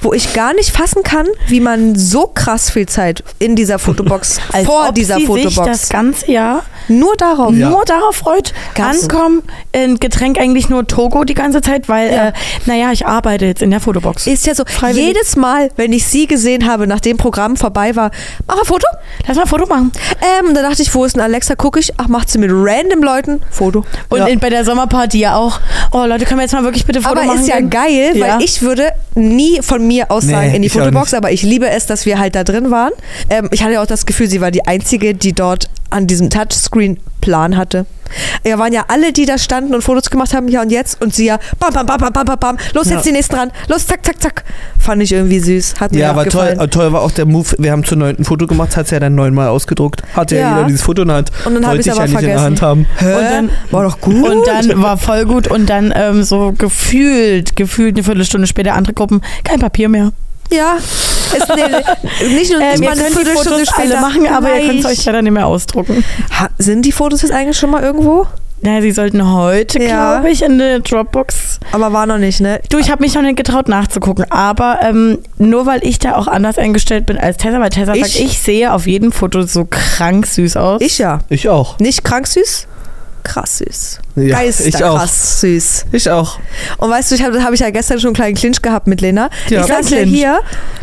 S3: wo ich gar nicht fassen kann, wie man so krass viel Zeit in dieser Fotobox
S1: Als
S3: vor
S1: ob
S3: dieser
S1: sie sich das
S3: Fotobox
S1: ganze Jahr
S3: nur darauf.
S2: Ja.
S1: nur darauf freut,
S3: Gab's-
S1: ankommen, ein Getränk eigentlich nur Togo die ganze Zeit, weil,
S3: Ja.
S1: äh, naja, ich arbeite jetzt in der Fotobox.
S3: Ist ja so,
S1: Freiwillig.
S3: jedes Mal, wenn ich sie gesehen habe, nachdem Programm vorbei war, mach ein Foto.
S1: Lass mal ein Foto machen.
S3: Ähm, da dachte ich, wo ist denn Alexa? Gucke ich, ach, macht sie mit random Leuten Foto.
S1: Und
S2: Ja.
S1: in, bei der Sommerparty ja auch. Oh Leute, können wir jetzt mal wirklich bitte Foto
S3: Aber
S1: machen?
S3: ist ja
S1: gehen?
S3: geil,
S1: Ja.
S3: weil ich würde nie von mir aus sagen
S2: Nee,
S3: in die
S2: ich auch
S3: Fotobox,
S2: nicht.
S3: aber ich liebe es, dass wir halt da drin waren. Ähm, ich hatte ja auch das Gefühl, sie war die Einzige, die dort an diesem Touchscreen Plan hatte. Ja, waren ja alle, die da standen und Fotos gemacht haben, ja und jetzt. Und sie ja, bam, bam, bam, bam, bam, bam, bam, los,
S2: Ja.
S3: jetzt die nächsten dran, los, zack, zack, zack. Fand ich irgendwie süß, hat mir
S2: ja,
S3: auch
S2: aber toll,
S3: gefallen.
S2: äh, toll war auch der Move. Wir haben zur neunten Foto gemacht, hat es ja dann neunmal ausgedruckt. Hatte ja,
S3: Ja.
S2: jeder dieses Foto in der Hand.
S3: Und dann hab
S2: Wollte
S3: ich's
S2: ja
S3: aber
S2: nicht in der
S3: vergessen.
S2: Hand haben.
S3: Und
S1: dann-
S3: dann, war doch gut.
S1: Und dann war voll gut und dann ähm, so gefühlt, gefühlt eine Viertelstunde später andere Gruppen, kein Papier mehr.
S3: ja, ist, nee, nicht nur nicht
S1: Ähm,
S3: mal
S1: ihr
S3: eine
S1: könnt die
S3: Viertelstunde
S1: Fotos
S3: später.
S1: alle machen, aber ihr könnt es
S3: Gleich.
S1: euch leider nicht mehr ausdrucken.
S3: Ha, Sind die Fotos jetzt eigentlich schon mal irgendwo?
S1: Naja, sie sollten heute,
S3: Ja.
S1: glaube ich, in der Dropbox.
S3: Aber war noch nicht, ne?
S1: Du, ich habe mich noch nicht getraut nachzugucken, aber ähm, nur weil ich da auch anders eingestellt bin als Tessa, weil Tessa
S3: Ich-
S1: sagt, ich sehe auf jedem Foto so krank süß aus.
S3: Ich ja.
S2: Ich auch.
S3: Nicht krank süß, krass süß.
S2: Ja, ich auch.
S3: Geisterkrass süß.
S2: Ich auch.
S3: Und weißt du, ich habe hab ich ja gestern schon einen kleinen Clinch gehabt mit Lena.
S2: Ja.
S3: ich saß ja
S1: Clinch.
S3: hier.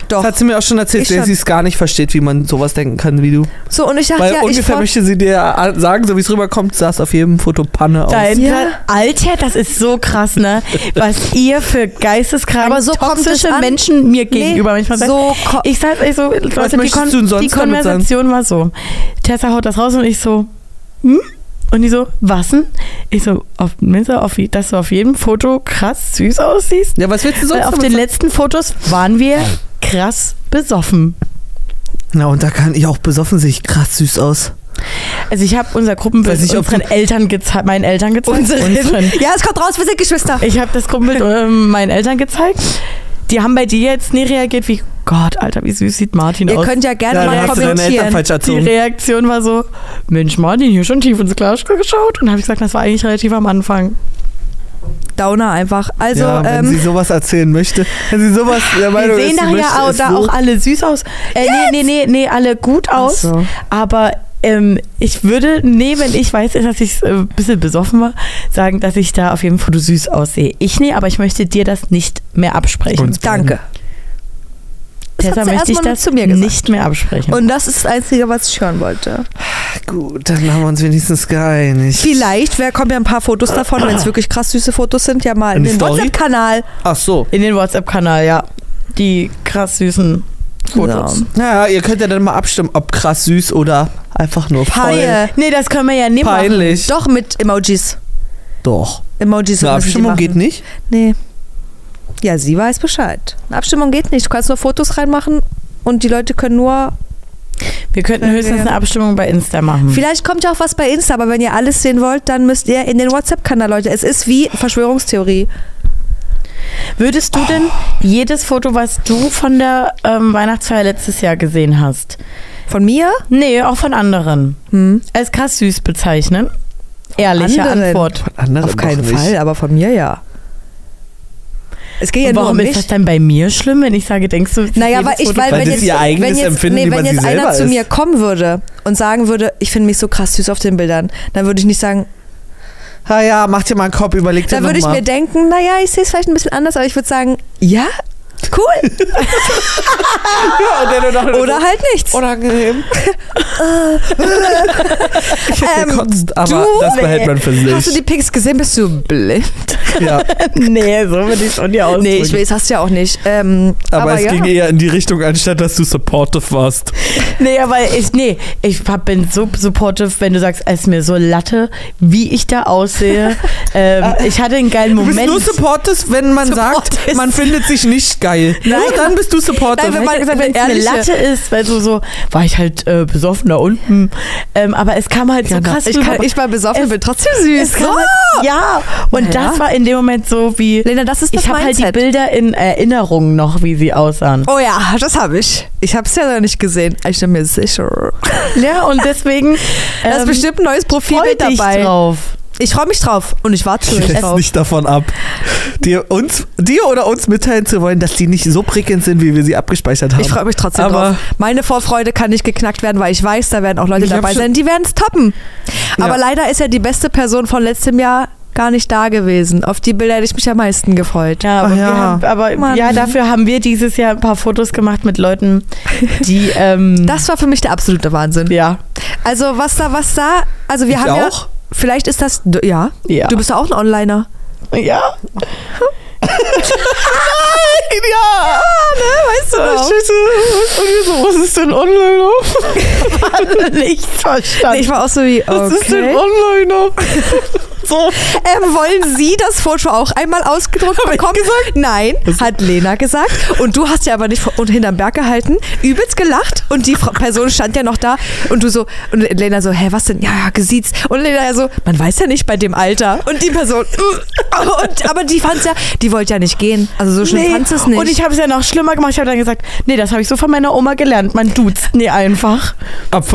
S2: Das
S3: Doch.
S2: hat sie mir auch schon erzählt,
S3: Ich
S2: dass
S3: hab-
S2: sie es gar nicht versteht, wie man sowas denken kann wie du.
S3: So, und ich dachte,
S2: Weil
S3: ja, ich
S2: ungefähr
S3: freu-
S2: möchte sie dir a- sagen, so wie es rüberkommt, sah es auf jedem Foto Panne aus.
S1: Dein
S3: Ja.
S1: Alter, das ist so krass, ne? Was ihr für geisteskrank
S3: Aber so kommt es
S1: toxische
S3: an.
S1: Menschen mir gegenüber manchmal sagt.
S3: so ko-
S1: Ich sag euch so, Leute, die,
S2: möchtest
S1: Kon
S2: du denn
S1: die
S2: sonst damit sagen?
S1: Konversation war so. Tessa haut das raus und ich so, hm? Und die so, was denn? Ich so, auf, Minze, auf, dass du auf jedem Foto krass süß aussiehst.
S2: Ja, was willst du sonst
S1: Weil auf
S2: damit
S1: den
S2: sagen?
S1: letzten Fotos waren wir krass besoffen.
S2: Na, und da kann ich auch besoffen sich krass süß aus.
S1: Also ich habe unser Gruppenbild
S2: Weiß nicht, ob
S1: unseren Eltern gezeigt, meinen Eltern gezeigt. Unseren.
S3: ja, es kommt raus, wir sind Geschwister.
S1: Ich habe das Gruppenbild ähm, meinen Eltern gezeigt. Die haben bei dir jetzt nie reagiert wie, Gott, Alter, wie süß sieht Martin
S3: Ihr
S1: aus.
S3: könnt ja gerne
S2: Ja, dann
S3: mal
S2: hast du deine Eltern
S3: kommentieren.
S2: falsch
S1: Die
S2: erzogen.
S1: Reaktion war so, Mensch, Martin, hier schon tief ins Glas geschaut. Und habe ich gesagt, das war eigentlich relativ am Anfang.
S3: Downer einfach. Also,
S2: ja, wenn sie
S3: ähm, Ah, sowas
S2: sowas erzählen möchte, wenn sie sowas der
S1: Wir
S2: Meinung
S1: sehen
S2: ist, sie
S1: da
S2: möchte
S1: ja auch,
S2: es
S1: da
S2: so.
S1: auch alle süß aus. Äh, nee, nee, nee, nee, alle gut aus.
S3: so.
S1: Aber ähm, ich würde, nee, wenn ich weiß, dass ich äh, ein bisschen besoffen war, sagen, dass ich da auf jedem Foto süß aussehe. Ich nee, aber ich möchte dir das nicht mehr absprechen.
S2: Uns beiden.
S3: danke. Das hat
S1: Deshalb
S3: sie
S1: möchte ich
S3: erstmal
S1: das
S3: zu mir gesagt.
S1: nicht mehr absprechen.
S3: Und das ist das Einzige, was ich hören wollte.
S2: Gut, dann haben wir uns wenigstens geeinigt.
S3: Vielleicht, wer kommt ja ein paar Fotos davon, wenn es wirklich krass süße Fotos sind, ja mal in
S2: Eine
S3: den
S2: Story?
S3: WhatsApp-Kanal.
S2: Ach so.
S1: In den WhatsApp-Kanal, ja. Die krass süßen Fotos.
S3: Genau.
S2: Naja, ihr könnt ja dann mal abstimmen, ob krass süß oder einfach nur voll.
S3: Paie.
S1: Nee, das können wir ja nicht machen.
S2: Peinlich.
S3: Doch, mit Emojis.
S2: Doch.
S3: Emojis
S2: Eine
S3: müssen die
S2: Abstimmung
S3: machen.
S2: geht nicht.
S3: Nee. Ja, sie weiß Bescheid. Eine Abstimmung geht nicht. Du kannst nur Fotos reinmachen und die Leute können nur
S1: Wir könnten
S3: Wenn
S1: höchstens
S3: wir-
S1: eine Abstimmung bei Insta machen.
S3: Vielleicht kommt ja auch was bei Insta, aber wenn ihr alles sehen wollt, dann müsst ihr in den WhatsApp-Kanal, Leute. Es ist wie Verschwörungstheorie.
S1: Würdest du denn jedes Foto, was du von der ähm, Weihnachtsfeier letztes Jahr gesehen hast,
S3: Von mir?
S1: nee, auch von anderen,
S3: Hm.
S1: als krass süß bezeichnen? Ehrliche
S3: anderen?
S1: Antwort.
S2: Von anderen
S3: Auf keinen
S2: noch Also nicht.
S3: Fall, aber von mir ja. Es geht ja
S1: Und
S3: nur um
S1: warum
S3: mich.
S1: ist das dann bei mir schlimm, wenn ich sage, denkst du,
S3: Naja,
S1: jedes
S3: weil ich,
S1: Foto-
S3: weil,
S2: Weil
S3: wenn
S2: das
S3: jetzt,
S2: ihr eigenes
S3: wenn jetzt,
S2: Empfinden
S3: nee,
S2: über
S3: wenn
S2: sie
S3: jetzt einer
S2: selber
S3: zu
S2: ist.
S3: mir kommen würde und sagen würde, ich finde mich so krass süß auf den Bildern, dann würde ich nicht sagen,
S2: Ah ja, mach dir mal einen Kopf, überleg dir
S3: da würde ich
S2: nochmal.
S3: mir denken, naja, ich sehe es vielleicht ein bisschen anders, aber ich würde sagen, ja, cool
S2: Ja, und dann nur noch-
S3: oder halt nichts.
S2: unangenehm. ich hätte
S3: Ähm,
S2: gekotzt, aber
S3: du-
S2: das behält man für sich.
S3: Hast du die Pics gesehen? Bist du blind?
S2: ja,
S1: Nee, so würde ich es auch nicht ausdrücken.
S3: Nee, ich weiß, hast du ja auch nicht. Ähm,
S2: aber,
S3: aber
S2: es
S3: ja.
S2: ging eher in die Richtung, anstatt dass du supportive warst.
S1: Nee, aber ich, nee, ich hab, bin so supportive, wenn du sagst, es ist mir so Latte, wie ich da aussehe. ähm, ich hatte einen geilen
S2: Du
S1: Moment.
S2: bist nur supportive, wenn man sagt,
S1: Supportive.
S2: man findet sich nicht geil. Nur dann bist du supportive.
S3: Nein, wenn man- wenn-
S1: wenn es eine
S3: ehrliche-
S1: Latte ist, weil so, so war ich halt äh, besoffen da unten. Ähm, aber es kam halt so krass
S3: genau. ich,
S1: rüber.
S3: kann, ich war besoffen,
S1: Es-
S3: bin trotzdem süß.
S1: es kam halt, ja, und
S3: Naja.
S1: das war in dem Moment so wie,
S3: Lena, das ist das
S1: ich habe halt die
S3: Mindset.
S1: Bilder in Erinnerung noch, wie sie aussahen.
S3: Oh ja, das habe ich. Ich habe es ja noch nicht gesehen. Ah, Ich bin mir sicher.
S1: Ja, und deswegen
S3: Oh. Da ist
S1: ähm,
S3: bestimmt ein neues Profilbild
S1: freut dich
S3: dabei.
S1: drauf.
S3: Ich freue mich drauf und ich warte
S2: Ich
S3: schon
S2: lässt
S3: drauf.
S2: nicht davon ab, dir, uns, dir oder uns mitteilen zu wollen, dass die nicht so prickelnd sind, wie wir sie abgespeichert haben.
S3: Ich freue mich trotzdem
S2: Aber-
S3: drauf. Meine Vorfreude kann nicht geknackt werden, weil ich weiß, da werden auch Leute
S2: Ich hab
S3: dabei
S2: schon-
S3: sein, die werden es toppen. Aber
S2: Ja.
S3: leider ist ja die beste Person von letztem Jahr gar nicht da gewesen. Auf die Bilder hätte ich mich am meisten gefreut.
S1: Ja,
S2: Ach
S1: aber,
S2: ja.
S1: Wir haben, aber
S3: Mann.
S1: ja, dafür haben wir dieses Jahr ein paar Fotos gemacht mit Leuten, die ähm,
S3: Das war für mich der absolute Wahnsinn.
S1: ja,
S3: Also was da, was da, also wir
S2: Ich
S3: haben ja,
S2: auch?
S3: vielleicht ist das, du- ja,
S1: ja,
S3: du bist ja auch ein Onliner.
S1: ja.
S2: ja!
S3: Ah, ne, Weißt du noch?
S1: Und wir so, was ist denn online? Nicht
S3: Nee,
S1: verstanden.
S3: ich war auch so wie, okay.
S1: online? so.
S3: Ähm, wollen Sie das Foto auch einmal ausgedruckt bekommen? Nein, hat Lena gesagt. Und du hast ja aber nicht vor- und hinterm Berg gehalten, übelst gelacht und die Fra- Person stand ja noch da und du so, und Lena so, hä, was denn? Ja, ja, gesiezt. Und Lena ja so, man weiß ja nicht bei dem Alter. Und die Person, äh, und, aber die fand's ja, die wollte ja nicht gehen. Also so schlimm
S1: Nee.
S3: fand's es nicht.
S1: Und ich habe es ja noch schlimmer gemacht. Ich habe dann gesagt, nee, das habe ich so von meiner Oma gelernt. Man duzt nie einfach.
S2: Ab
S3: Respekt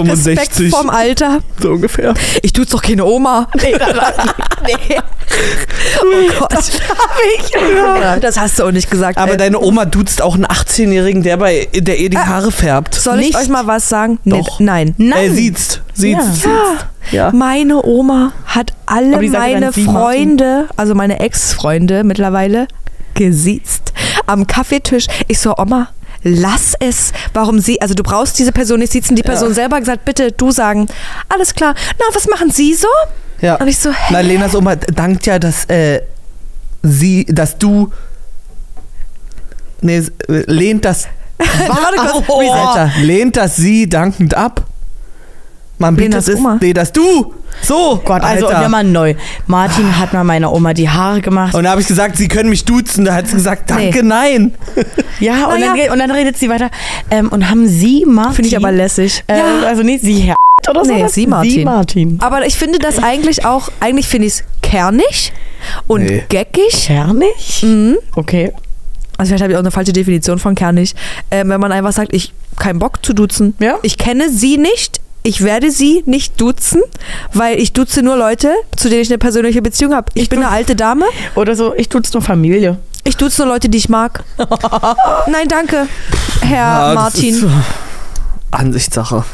S2: 65,
S3: vom Alter.
S2: so ungefähr.
S3: Ich tut's doch keine Oma.
S1: Nee, das
S3: Nee. Oh Gott.
S1: habe ich.
S3: Das hast du auch nicht gesagt. Äh,
S2: Aber
S3: ey.
S2: deine Oma duzt auch einen 18-Jährigen, der, bei- der ihr die Haare färbt.
S3: Äh,
S2: Äh,
S3: Soll ich
S1: nicht.
S3: euch mal was sagen? Nee,
S2: Doch.
S3: nein.
S1: Nein.
S2: Äh, siezt, siezt.
S3: Ja.
S2: Ja.
S3: Meine Oma hat alle
S1: Aber die sagt ja
S3: meine
S1: dann, Sie, Martin.
S3: Freunde, also meine Ex-Freunde mittlerweile, gesiezt. Am Kaffeetisch. Ich so, Oma, lass es. Warum sie, also du brauchst diese Person nicht siezen. Die Person selber hat gesagt, bitte du sagen, alles klar. Na, was machen Sie so?
S2: Ja.
S3: Und ich so, hä?
S2: Na, Lenas Oma dankt ja, dass äh, sie, dass du. Nee, s- äh, lehnt das.
S3: Warte kurz,
S2: Oh,
S3: reset.
S2: Alter, lehnt das sie dankend ab. Man bitte
S3: Lenas
S2: es ist.
S3: Oma.
S2: Nee, dass du. So.
S1: Gott, also
S2: Alter.
S1: nochmal neu. Martin hat mal meiner Oma die Haare gemacht.
S2: Und da habe ich gesagt, sie können mich duzen. Da hat sie gesagt, danke, nein.
S1: Ja, und,
S3: Naja.
S1: dann, geht- und dann redet sie weiter. Ähm, und haben Sie Martin?
S3: Finde ich aber lässig.
S1: Äh, Also nicht Sie Herr oder so.
S3: Nee,
S1: was?
S3: Sie Martin.
S1: Sie Martin.
S3: Aber ich finde das eigentlich auch, eigentlich finde ich es kernig und
S2: Nee.
S3: geckig.
S1: Kernig?
S3: Mhm.
S1: Okay.
S3: Also vielleicht habe ich auch eine falsche Definition von kernig. Ähm, wenn man einfach sagt, ich keinen Bock zu duzen.
S1: Ja.
S3: Ich kenne sie nicht. Ich werde sie nicht duzen, weil ich duze nur Leute, zu denen ich eine persönliche Beziehung habe. Ich, bin eine alte Dame.
S1: Oder so, ich tut's nur Familie.
S3: Ich duze nur Leute, die ich mag. Nein, danke, Herr
S2: Ja, das ist,
S3: Martin.
S2: äh, Ansichtssache.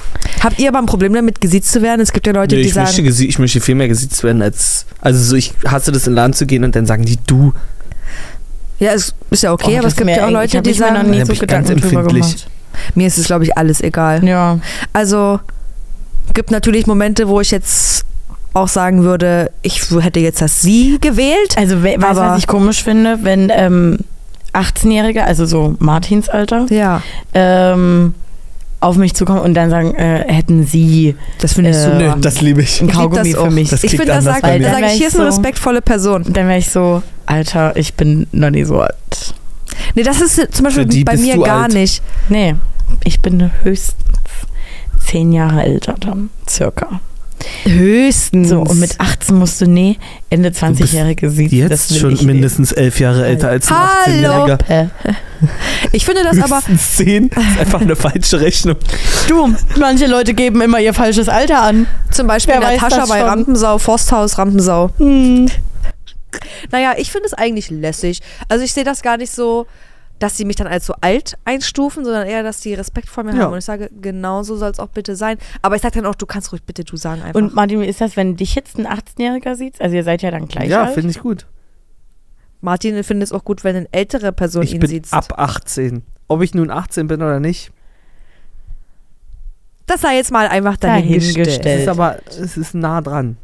S3: Habt ihr aber ein Problem damit, gesiezt zu werden? Es gibt ja Leute,
S2: Nee,
S3: die
S2: ich, möchte,
S3: sagen,
S2: gesie- ich möchte viel mehr gesiezt werden als. Also, so, ich hasse das in den Laden zu gehen und dann sagen die du.
S3: ja, es ist ja okay,
S1: Oh,
S3: aber
S1: das
S3: es gibt
S1: mir
S3: ja auch
S1: eigentlich-
S3: Leute,
S1: hab
S3: die
S1: ich mir noch
S3: sagen,
S1: nie so
S2: Da bin ich ganz
S1: Gedanken drüber
S2: empfindlich.
S1: gemacht.
S3: mir ist es, glaube ich, alles egal.
S1: Ja.
S3: Also gibt natürlich Momente, wo ich jetzt auch sagen würde, ich hätte jetzt das Sie gewählt.
S1: Also, we weißt du,
S3: Aber-
S1: was ich komisch finde, wenn ähm, 18-Jährige, also so Martins Alter,
S3: Ja,
S1: ähm, auf mich zukommen und dann sagen, äh, hätten Sie
S3: das finde ich
S1: Äh,
S3: super.
S2: Nö, das liebe ich.
S1: ein
S3: Ich lieb das
S1: Kaugummi
S3: auch.
S1: für mich.
S2: Das
S3: ich
S2: klingt
S3: finde, das
S2: anders
S3: sagt,
S2: bei
S3: da
S2: mir.
S3: sage ich, hier ist
S1: Dann
S3: eine
S1: wär ich so-
S3: respektvolle Person.
S1: Und dann wäre ich so, Alter, ich bin noch nie so alt.
S3: Nee, das ist äh, zum
S2: Für die
S3: Beispiel bei
S2: bist
S3: mir
S2: du
S3: gar
S2: alt.
S3: nicht.
S1: Nee, ich bin höchstens zehn Jahre älter dann, circa.
S3: Höchstens.
S1: So, und mit 18 musst du, nee, Ende 20-Jährige sieht das
S2: Jetzt
S1: will
S2: schon
S1: ich eh.
S2: mindestens elf Jahre älter als ein
S3: Hallo.
S2: 18-Jähriger.
S1: nicht. Äh,
S3: ich finde das aber.
S2: Höchstens zehn ist einfach eine falsche Rechnung.
S1: Du, manche Leute geben immer ihr falsches Alter an.
S3: Zum Beispiel
S1: Wer weiß
S3: Natascha
S1: das
S3: bei
S1: schon?
S3: Rampensau, Forsthaus, Rampensau.
S2: Hm.
S3: Naja, ich finde es eigentlich lässig. Also ich sehe das gar nicht so, dass sie mich dann als so alt einstufen, sondern eher, dass sie Respekt vor mir
S2: Ja.
S3: haben. Und ich sage, genau so soll es auch bitte sein. Aber ich sage dann auch, du kannst ruhig bitte du sagen einfach.
S1: Und Martin, wie ist das, wenn dich jetzt ein 18-Jähriger sieht? Also ihr seid ja dann gleich
S2: ja,
S1: alt.
S2: finde ich gut.
S3: Martin findet es auch gut, wenn eine ältere Person
S2: Ich
S3: ihn
S2: bin
S3: sieht.
S2: ab 18. Ob ich nun 18 bin oder nicht,
S3: Das sei jetzt mal einfach dahingestellt.
S1: Dahingestellt.
S2: es ist
S1: Welt.
S2: aber es ist nah dran.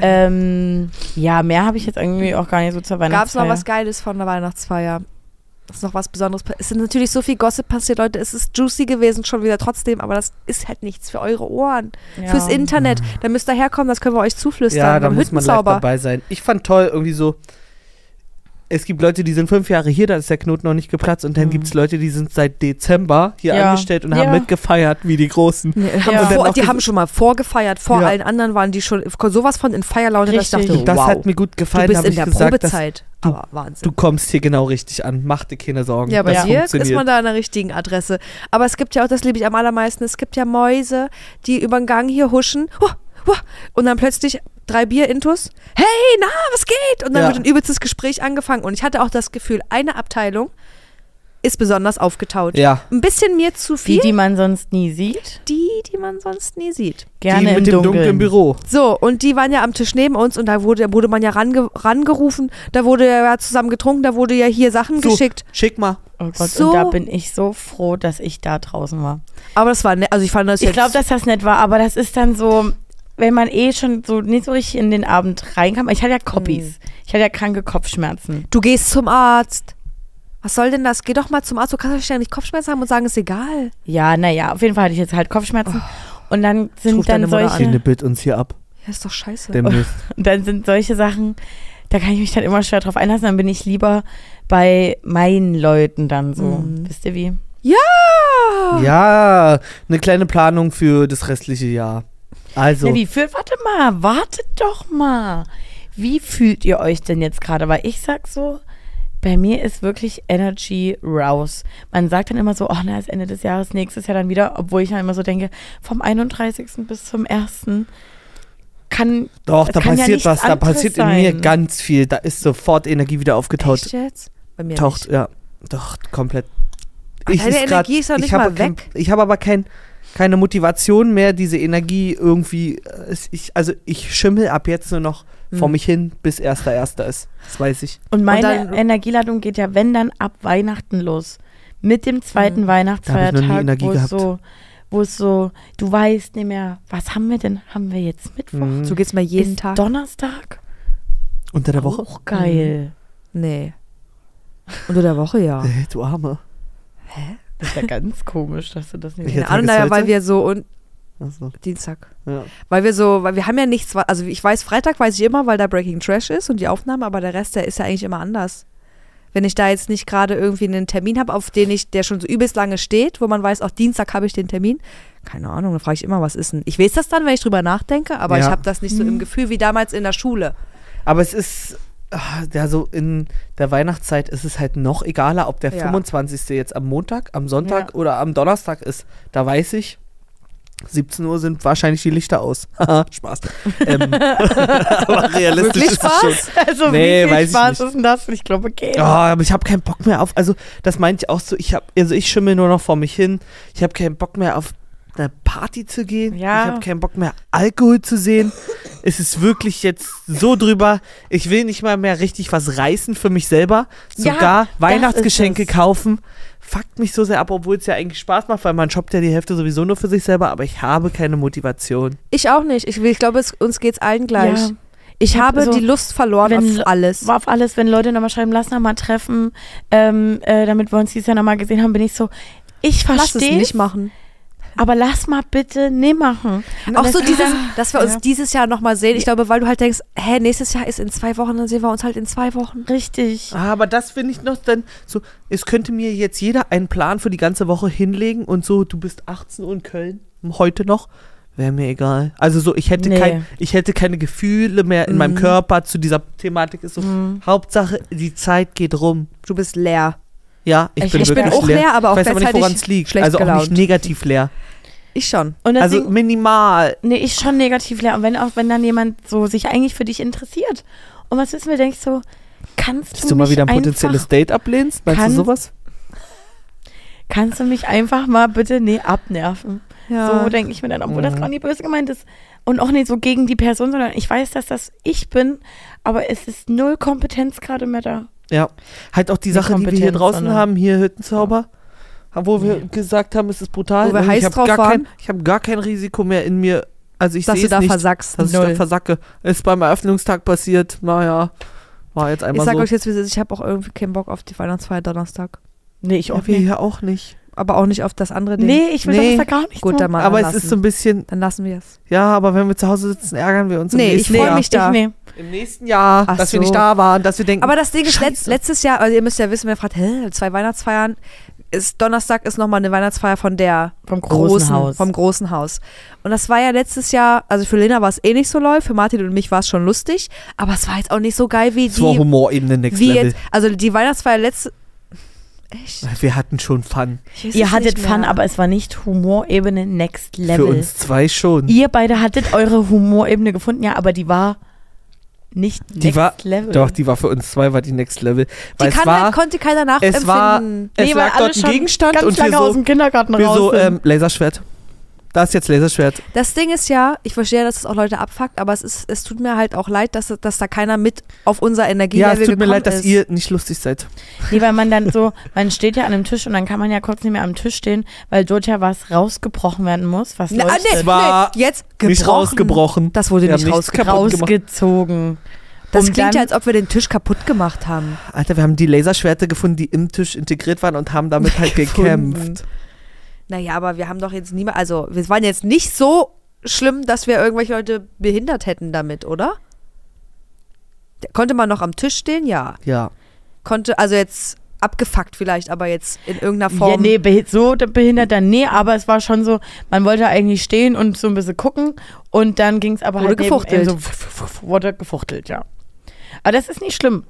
S1: Ähm, ja, mehr habe ich jetzt irgendwie auch gar nicht so zur
S3: Gab es
S1: Weihnachtsfeier.
S3: noch was Geiles von der Weihnachtsfeier? Ist noch was Besonderes? pa- Es sind natürlich so viel Gossip passiert, Leute. Es ist juicy gewesen schon wieder trotzdem, aber das ist halt nichts für eure Ohren.
S1: Ja.
S3: Fürs Internet. Da müsst ihr herkommen, das können wir euch zuflüstern.
S2: Ja, da
S3: beim
S2: muss man live
S3: Hüttenzauber.
S2: dabei sein. Ich fand toll, irgendwie so. Es gibt Leute, die sind fünf Jahre hier, da ist der Knoten noch nicht geplatzt. Und dann gibt es Leute, die sind seit Dezember hier
S1: Ja.
S2: angestellt und
S1: Ja.
S2: haben mitgefeiert, wie die Großen.
S3: Nee, haben
S1: Ja.
S3: wir
S2: Und
S3: vor,
S2: dann
S3: die
S2: noch
S3: haben schon mal vorgefeiert, vor
S2: Ja.
S3: allen anderen waren die schon sowas von in Feierlaune, dass ich
S1: Richtig.
S3: dachte,
S2: Das
S3: wow,
S2: hat mir gut gefallen.
S3: du
S2: da
S3: bist
S2: hab
S3: in
S2: ich
S3: der
S2: gesagt, dass
S3: Probezeit. Aber Wahnsinn.
S2: du kommst hier genau richtig an. Mach dir keine Sorgen.
S3: ja, bei
S2: das
S3: dir
S2: funktioniert.
S3: ist man da an der richtigen Adresse. Aber es gibt ja auch, das liebe ich am allermeisten, es gibt ja Mäuse, die über den Gang hier huschen Huah, huah, und dann plötzlich drei Bier-Intus. Hey, na, was geht? Und dann
S2: Ja.
S3: wird ein übelstes Gespräch angefangen. Und ich hatte auch das Gefühl, eine Abteilung ist besonders aufgetaut.
S2: Ja.
S3: Ein bisschen mir zu viel,
S1: Die,
S3: die,
S1: die man sonst nie sieht.
S3: die, man sonst nie sieht.
S1: Gerne
S2: die
S1: im
S2: mit dem
S1: Dunkeln.
S2: dunklen Büro.
S3: So, und die waren ja am Tisch neben uns und da wurde, wurde man ja range, rangerufen, da wurde ja zusammen getrunken, da wurde ja hier Sachen
S2: So,
S3: geschickt.
S2: Schick mal.
S1: Oh Gott,
S3: So.
S1: und da bin ich so froh, dass ich da draußen war.
S3: Aber das war, ne, also ich fand das
S1: Ich
S3: jetzt-
S1: glaube, dass das nett war, aber das ist dann so, wenn man eh schon so nicht so richtig in den Abend reinkam. Ich hatte ja Copies.
S3: Mhm.
S1: Ich hatte ja kranke Kopfschmerzen.
S3: du gehst zum Arzt. Was soll denn das? Geh doch mal zum Arzt, du kannst doch ständig Kopfschmerzen haben und sagen, ist egal.
S1: Ja, naja, auf jeden Fall hatte ich jetzt halt Kopfschmerzen. Und dann
S3: Oh. ruf
S1: sind
S3: deine
S1: dann
S3: Mutter
S1: solche,
S2: Hier bild ne, uns hier ab.
S3: Ja, ist doch scheiße.
S2: Demnächst.
S1: dann sind solche Sachen, da kann ich mich dann immer schwer drauf einlassen. Dann bin ich lieber bei meinen Leuten dann so.
S3: Mhm.
S1: Wisst ihr wie?
S3: ja!
S2: Ja, eine kleine Planung für das restliche Jahr. Also,
S1: Na, wie fühlt, warte mal, wartet doch mal. Wie fühlt ihr euch denn jetzt gerade? Weil ich sag so, bei mir ist wirklich Energy raus. Man sagt dann immer so, oh, na, ist Ende des Jahres, nächstes Jahr dann wieder, obwohl ich dann immer so denke, vom 31. bis zum 1. kann,
S2: doch,
S1: es
S2: da
S1: kann ja
S2: passiert
S1: nichts
S2: was. Da
S1: anderes
S2: passiert in
S1: sein.
S2: mir ganz viel. Da ist sofort Energie wieder aufgetaut.
S3: Echt jetzt? Bei mir
S2: Taucht,
S3: nicht.
S2: ja. Doch, komplett.
S3: deine
S2: ist grad-
S3: Energie ist doch nicht
S2: ich habe
S3: mal
S2: kein-
S3: weg.
S2: Ich habe aber kein, keine Motivation mehr, diese Energie irgendwie. äh, es- Ich, also, ich schimmel ab jetzt nur noch vor
S3: Mhm.
S2: mich hin, bis 1.1. ist. Das weiß ich.
S1: und meine
S3: dann-
S1: Energieladung geht ja, wenn dann, ab Weihnachten los. Mit dem zweiten
S2: Mhm. Da hab ich noch nie
S1: Weihnachtsfeiertag,
S2: Energie
S1: wo es
S2: gehabt.
S1: so, wo es so, du weißt nicht mehr, was haben wir denn? Haben wir jetzt Mittwoch?
S2: Mhm.
S3: So geht's mir jeden
S1: Ist
S3: Tag.
S1: Donnerstag?
S2: Unter der Woche?
S1: Auch
S2: Mhm.
S1: geil.
S3: Nee. Unter der Woche ja.
S2: Äh, Du Arme.
S1: Das ist ja ganz komisch, dass du das nicht
S2: Ja.
S3: Keine
S2: Tag
S3: Ahnung,
S2: ist
S3: naja,
S2: heute?
S3: weil wir so und
S2: Also,
S3: Dienstag.
S2: ja.
S3: Weil wir so, weil wir haben ja nichts, wa- also ich weiß, Freitag weiß ich immer, weil da Breaking Trash ist und die Aufnahme, aber der Rest, der ist ja eigentlich immer anders. Wenn ich da jetzt nicht gerade irgendwie einen Termin habe, auf den ich, der schon so übelst lange steht, wo man weiß, auch Dienstag habe ich den Termin, keine Ahnung, dann frage ich immer, was ist denn? Ich weiß das dann, wenn ich drüber nachdenke, aber
S2: Ja.
S3: ich habe das nicht
S1: Mhm.
S3: so im Gefühl wie damals in der Schule.
S2: Aber es ist, ah, ja, so in der Weihnachtszeit ist es halt noch egaler, ob der
S3: Ja.
S2: 25. jetzt am Montag, am Sonntag
S1: Ja.
S2: oder am Donnerstag ist. Da weiß ich, 17 Uhr sind wahrscheinlich die Lichter aus. Haha, Spaß. Ähm, aber realistisch
S3: Wirklich
S2: ist es schon.
S1: Also
S2: Nee,
S1: wie viel
S2: weiß ich
S1: Spaß
S2: nicht.
S1: ist denn das? Ich glaube, geht.
S2: Oh, aber ich habe keinen Bock mehr auf. Also, das meinte ich auch so. Ich habe, also ich schimmel nur noch vor mich hin. Ich habe keinen Bock mehr auf eine Party zu gehen.
S1: Ja.
S2: Ich habe keinen Bock mehr Alkohol zu sehen. es ist wirklich jetzt so drüber. Ich will nicht mal mehr richtig was reißen für mich selber.
S1: Ja,
S2: Sogar
S1: das
S2: Weihnachtsgeschenke
S1: ist es.
S2: kaufen. Fuckt mich so sehr ab, obwohl es ja eigentlich Spaß macht, weil man shoppt ja die Hälfte sowieso nur für sich selber, aber ich habe keine Motivation.
S3: Ich auch nicht. Ich, will- ich glaube, es, uns geht's allen gleich.
S1: Ja.
S3: Ich
S1: hab
S3: habe
S1: so-
S3: die Lust verloren
S1: wenn-
S3: auf alles.
S1: War auf alles, wenn Leute nochmal schreiben, lass nochmal treffen, ähm, äh, damit wir uns dieses Jahr nochmal gesehen haben, bin ich so, ich
S3: Lass es
S1: verstehe,
S3: nicht machen.
S1: aber lass mal bitte nee machen.
S3: Auch
S1: Das-
S3: so dieses, dass wir uns
S1: ah, Ja.
S3: dieses Jahr nochmal sehen. Ich glaube, weil du halt denkst, hä, nächstes Jahr ist in zwei Wochen, dann sehen wir uns halt in zwei Wochen.
S1: Richtig.
S2: Ah, Aber das finde ich noch dann so, es könnte mir jetzt jeder einen Plan für die ganze Woche hinlegen und so, du bist 18 Uhr in Köln, hm, heute noch, wäre mir egal. Also so, ich hätte,
S1: Nee.
S2: kein, ich hätte keine Gefühle mehr in meinem Körper zu dieser Thematik. Ist so, Hauptsache, die Zeit geht rum.
S3: Du bist leer.
S2: Ja, ich,
S1: Ich-
S2: bin
S1: ich bin
S2: wirklich
S1: auch
S2: leer.
S3: leer, aber auch
S2: ich weiß aber nicht,
S3: gleichzeitig
S2: woran es liegt.
S3: schlecht
S2: Also auch nicht
S3: gelaunt.
S2: negativ leer.
S3: Ich schon.
S1: Und deswegen,
S2: Also minimal.
S1: nee, ich schon negativ leer. Und wenn auch, wenn dann jemand so sich eigentlich für dich interessiert und was wissen wir, denke ich so, kannst
S2: Dass du mal
S1: mich
S2: wieder ein
S1: einfach-
S2: potenzielles Date ablehnst? Meinst
S1: Kann-
S2: du sowas?
S1: Kannst du mich einfach mal bitte nee abnerven?
S3: Ja.
S1: So denke ich mir dann, obwohl das gar nicht böse gemeint ist. Und auch nicht so gegen die Person, sondern ich weiß, dass das ich bin, aber es ist null Kompetenz gerade mehr da.
S2: Ja. Halt auch die
S1: Nicht
S2: Sache, die wir hier
S1: Kompetenz,
S2: draußen
S1: sondern-
S2: haben, hier Hüttenzauber, wo wir gesagt haben, es ist brutal.
S3: Wo wir
S2: Und
S3: heiß
S2: ich hab
S3: drauf
S2: gar
S3: waren.
S2: Kein, ich habe gar kein Risiko mehr in mir. Also ich
S3: dass
S2: sehe
S3: du
S2: es
S3: da
S2: nicht,
S3: versackst.
S2: dass ich da
S3: Null.
S2: versacke. Ist beim Eröffnungstag passiert. Naja, war jetzt
S3: Ich
S2: einmal
S3: sag
S2: so.
S3: euch jetzt, wie es ist. Ich habe auch irgendwie keinen Bock auf die Weihnachtsfeier Donnerstag.
S1: Nee, ich
S2: ja,
S1: auch
S2: wir
S1: nicht.
S2: hier auch nicht.
S3: Aber auch nicht auf das andere Ding.
S1: Nee, ich will
S2: Nee.
S1: das da gar nicht.
S3: Gut, dann mal
S2: aber
S3: lassen.
S2: es ist so ein bisschen,
S3: Dann lassen wir es.
S2: ja, aber wenn wir zu Hause sitzen, ärgern wir uns. im
S3: Nee, ich
S2: nächsten
S3: freu
S2: Jahr.
S3: mich da.
S1: Ich, nee.
S2: Im nächsten Jahr,
S3: Ach
S2: dass wir nicht
S3: so.
S2: da waren, dass wir denken,
S3: Aber das Ding ist, letzt, letztes Jahr, also ihr müsst ja wissen, wer fragt, hä, zwei Weihnachtsfeiern. Ist, Donnerstag ist nochmal eine Weihnachtsfeier von der
S1: Vom großen Haus.
S3: Vom großen Haus. Und das war ja letztes Jahr, also für Lena war es eh nicht so läuft, für Martin und mich war es schon lustig, aber es war jetzt auch nicht so geil wie
S2: es war
S3: die.
S2: Humorebene Next
S3: Wie
S2: Level.
S3: jetzt, also die Weihnachtsfeier letzte. Echt?
S2: Wir hatten schon Fun.
S3: Ich weiß
S1: Ihr
S3: es
S1: hattet
S3: nicht
S1: Fun,
S3: mehr.
S1: aber es war nicht Humorebene Next
S2: Für
S1: Level.
S2: uns zwei schon.
S1: Ihr beide hattet eure Humorebene gefunden, ja, aber die war nicht
S2: Die
S1: Next
S2: war-
S1: Level.
S2: Doch, die war für uns zwei, war die Next Level.
S3: Die
S2: Weil es
S3: kann
S2: war,
S3: halt, konnte keiner nachempfinden.
S2: es war, es
S1: Nee, weil
S2: lag
S1: alle
S2: dort ein
S1: schon
S2: Gegenstand
S1: ganz
S2: und wir
S1: lange aus
S2: so,
S1: dem Kindergarten
S2: wir
S1: raus.
S2: so
S1: sind.
S2: ähm, Laserschwert. Da ist jetzt Laserschwert.
S3: Das Ding ist ja, ich verstehe, dass es auch Leute abfuckt, aber es, ist, es tut mir halt auch leid, dass, dass da keiner mit auf unser
S2: Ja,
S3: Energielevel
S2: es tut mir
S3: gekommen
S2: leid, dass
S3: ist.
S2: ihr nicht lustig seid.
S1: Nee, weil man dann so, man steht ja an einem Tisch und dann kann man ja kurz nicht mehr am Tisch stehen, weil dort ja was rausgebrochen werden muss, was
S3: Na, ah,
S1: leuchtet.
S3: nee,
S2: Es war
S3: nee, jetzt
S2: Nicht rausgebrochen.
S3: Das wurde
S2: Wir
S3: nicht
S2: haben nichts
S3: rausgebrochen.
S2: kaputt gemacht.
S1: rausgezogen.
S3: Das
S1: um
S3: klingt
S1: dann,
S3: ja, als ob wir den Tisch kaputt gemacht haben.
S2: Alter, wir haben die Laserschwerter gefunden, die im Tisch integriert waren und haben damit halt gekämpft.
S3: Naja, aber wir haben doch jetzt niemand, also wir waren jetzt nicht so schlimm, dass wir irgendwelche Leute behindert hätten damit, oder? Konnte man noch am Tisch stehen? Ja.
S2: Ja.
S3: Konnte, also jetzt abgefuckt vielleicht, aber jetzt in irgendeiner Form.
S1: ja, nee, behi- so de- behindert dann, nee, aber es war schon so, man wollte eigentlich stehen und so ein bisschen gucken und dann ging es aber
S3: Wurde
S1: halt neben-
S3: gefuchtelt.
S1: eben so, f- f- f- wurde gefuchtelt, ja. Aber das ist nicht schlimm.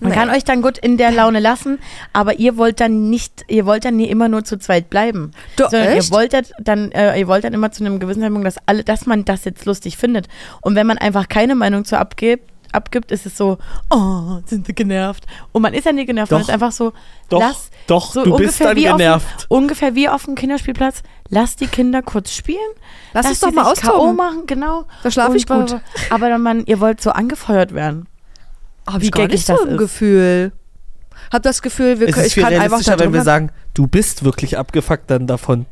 S1: Man
S3: Nee.
S1: kann euch dann gut in der Laune lassen, aber ihr wollt dann nicht, ihr wollt dann nie immer nur zu zweit bleiben.
S3: Doch,
S1: sondern
S3: echt?
S1: ihr wollt das dann, äh, ihr wollt dann immer zu einem gewissen Zeitpunkt, dass alle, dass man das jetzt lustig findet. Und wenn man einfach keine Meinung zu abgibt, abgibt, ist es so, oh, sind sie genervt. Und man ist ja nie genervt, man
S2: Doch.
S1: ist einfach so,
S2: Doch,
S1: lass,
S2: doch,
S1: so
S2: du bist
S1: ungefähr
S2: dann
S1: wie Auf,
S2: genervt.
S1: ungefähr wie auf dem Kinderspielplatz, lass die Kinder kurz spielen.
S3: Lass uns
S1: die
S3: doch mal
S1: sich K.O.
S3: austoben.
S1: machen, genau.
S3: Da schlaf
S1: Und
S3: ich gut.
S1: blablabla. Aber dann, man, ihr wollt so angefeuert werden.
S3: Hab
S1: Oh, wie
S3: ich gar
S1: geckig
S3: nicht so
S1: das
S3: ein
S1: ist.
S3: Gefühl. Hab das Gefühl, wir
S2: Es
S3: können,
S2: ist
S3: ich
S2: viel
S3: kann einfach da
S2: realistischer, wenn wir
S3: drüber-
S2: sagen, du bist wirklich abgefuckt dann davon.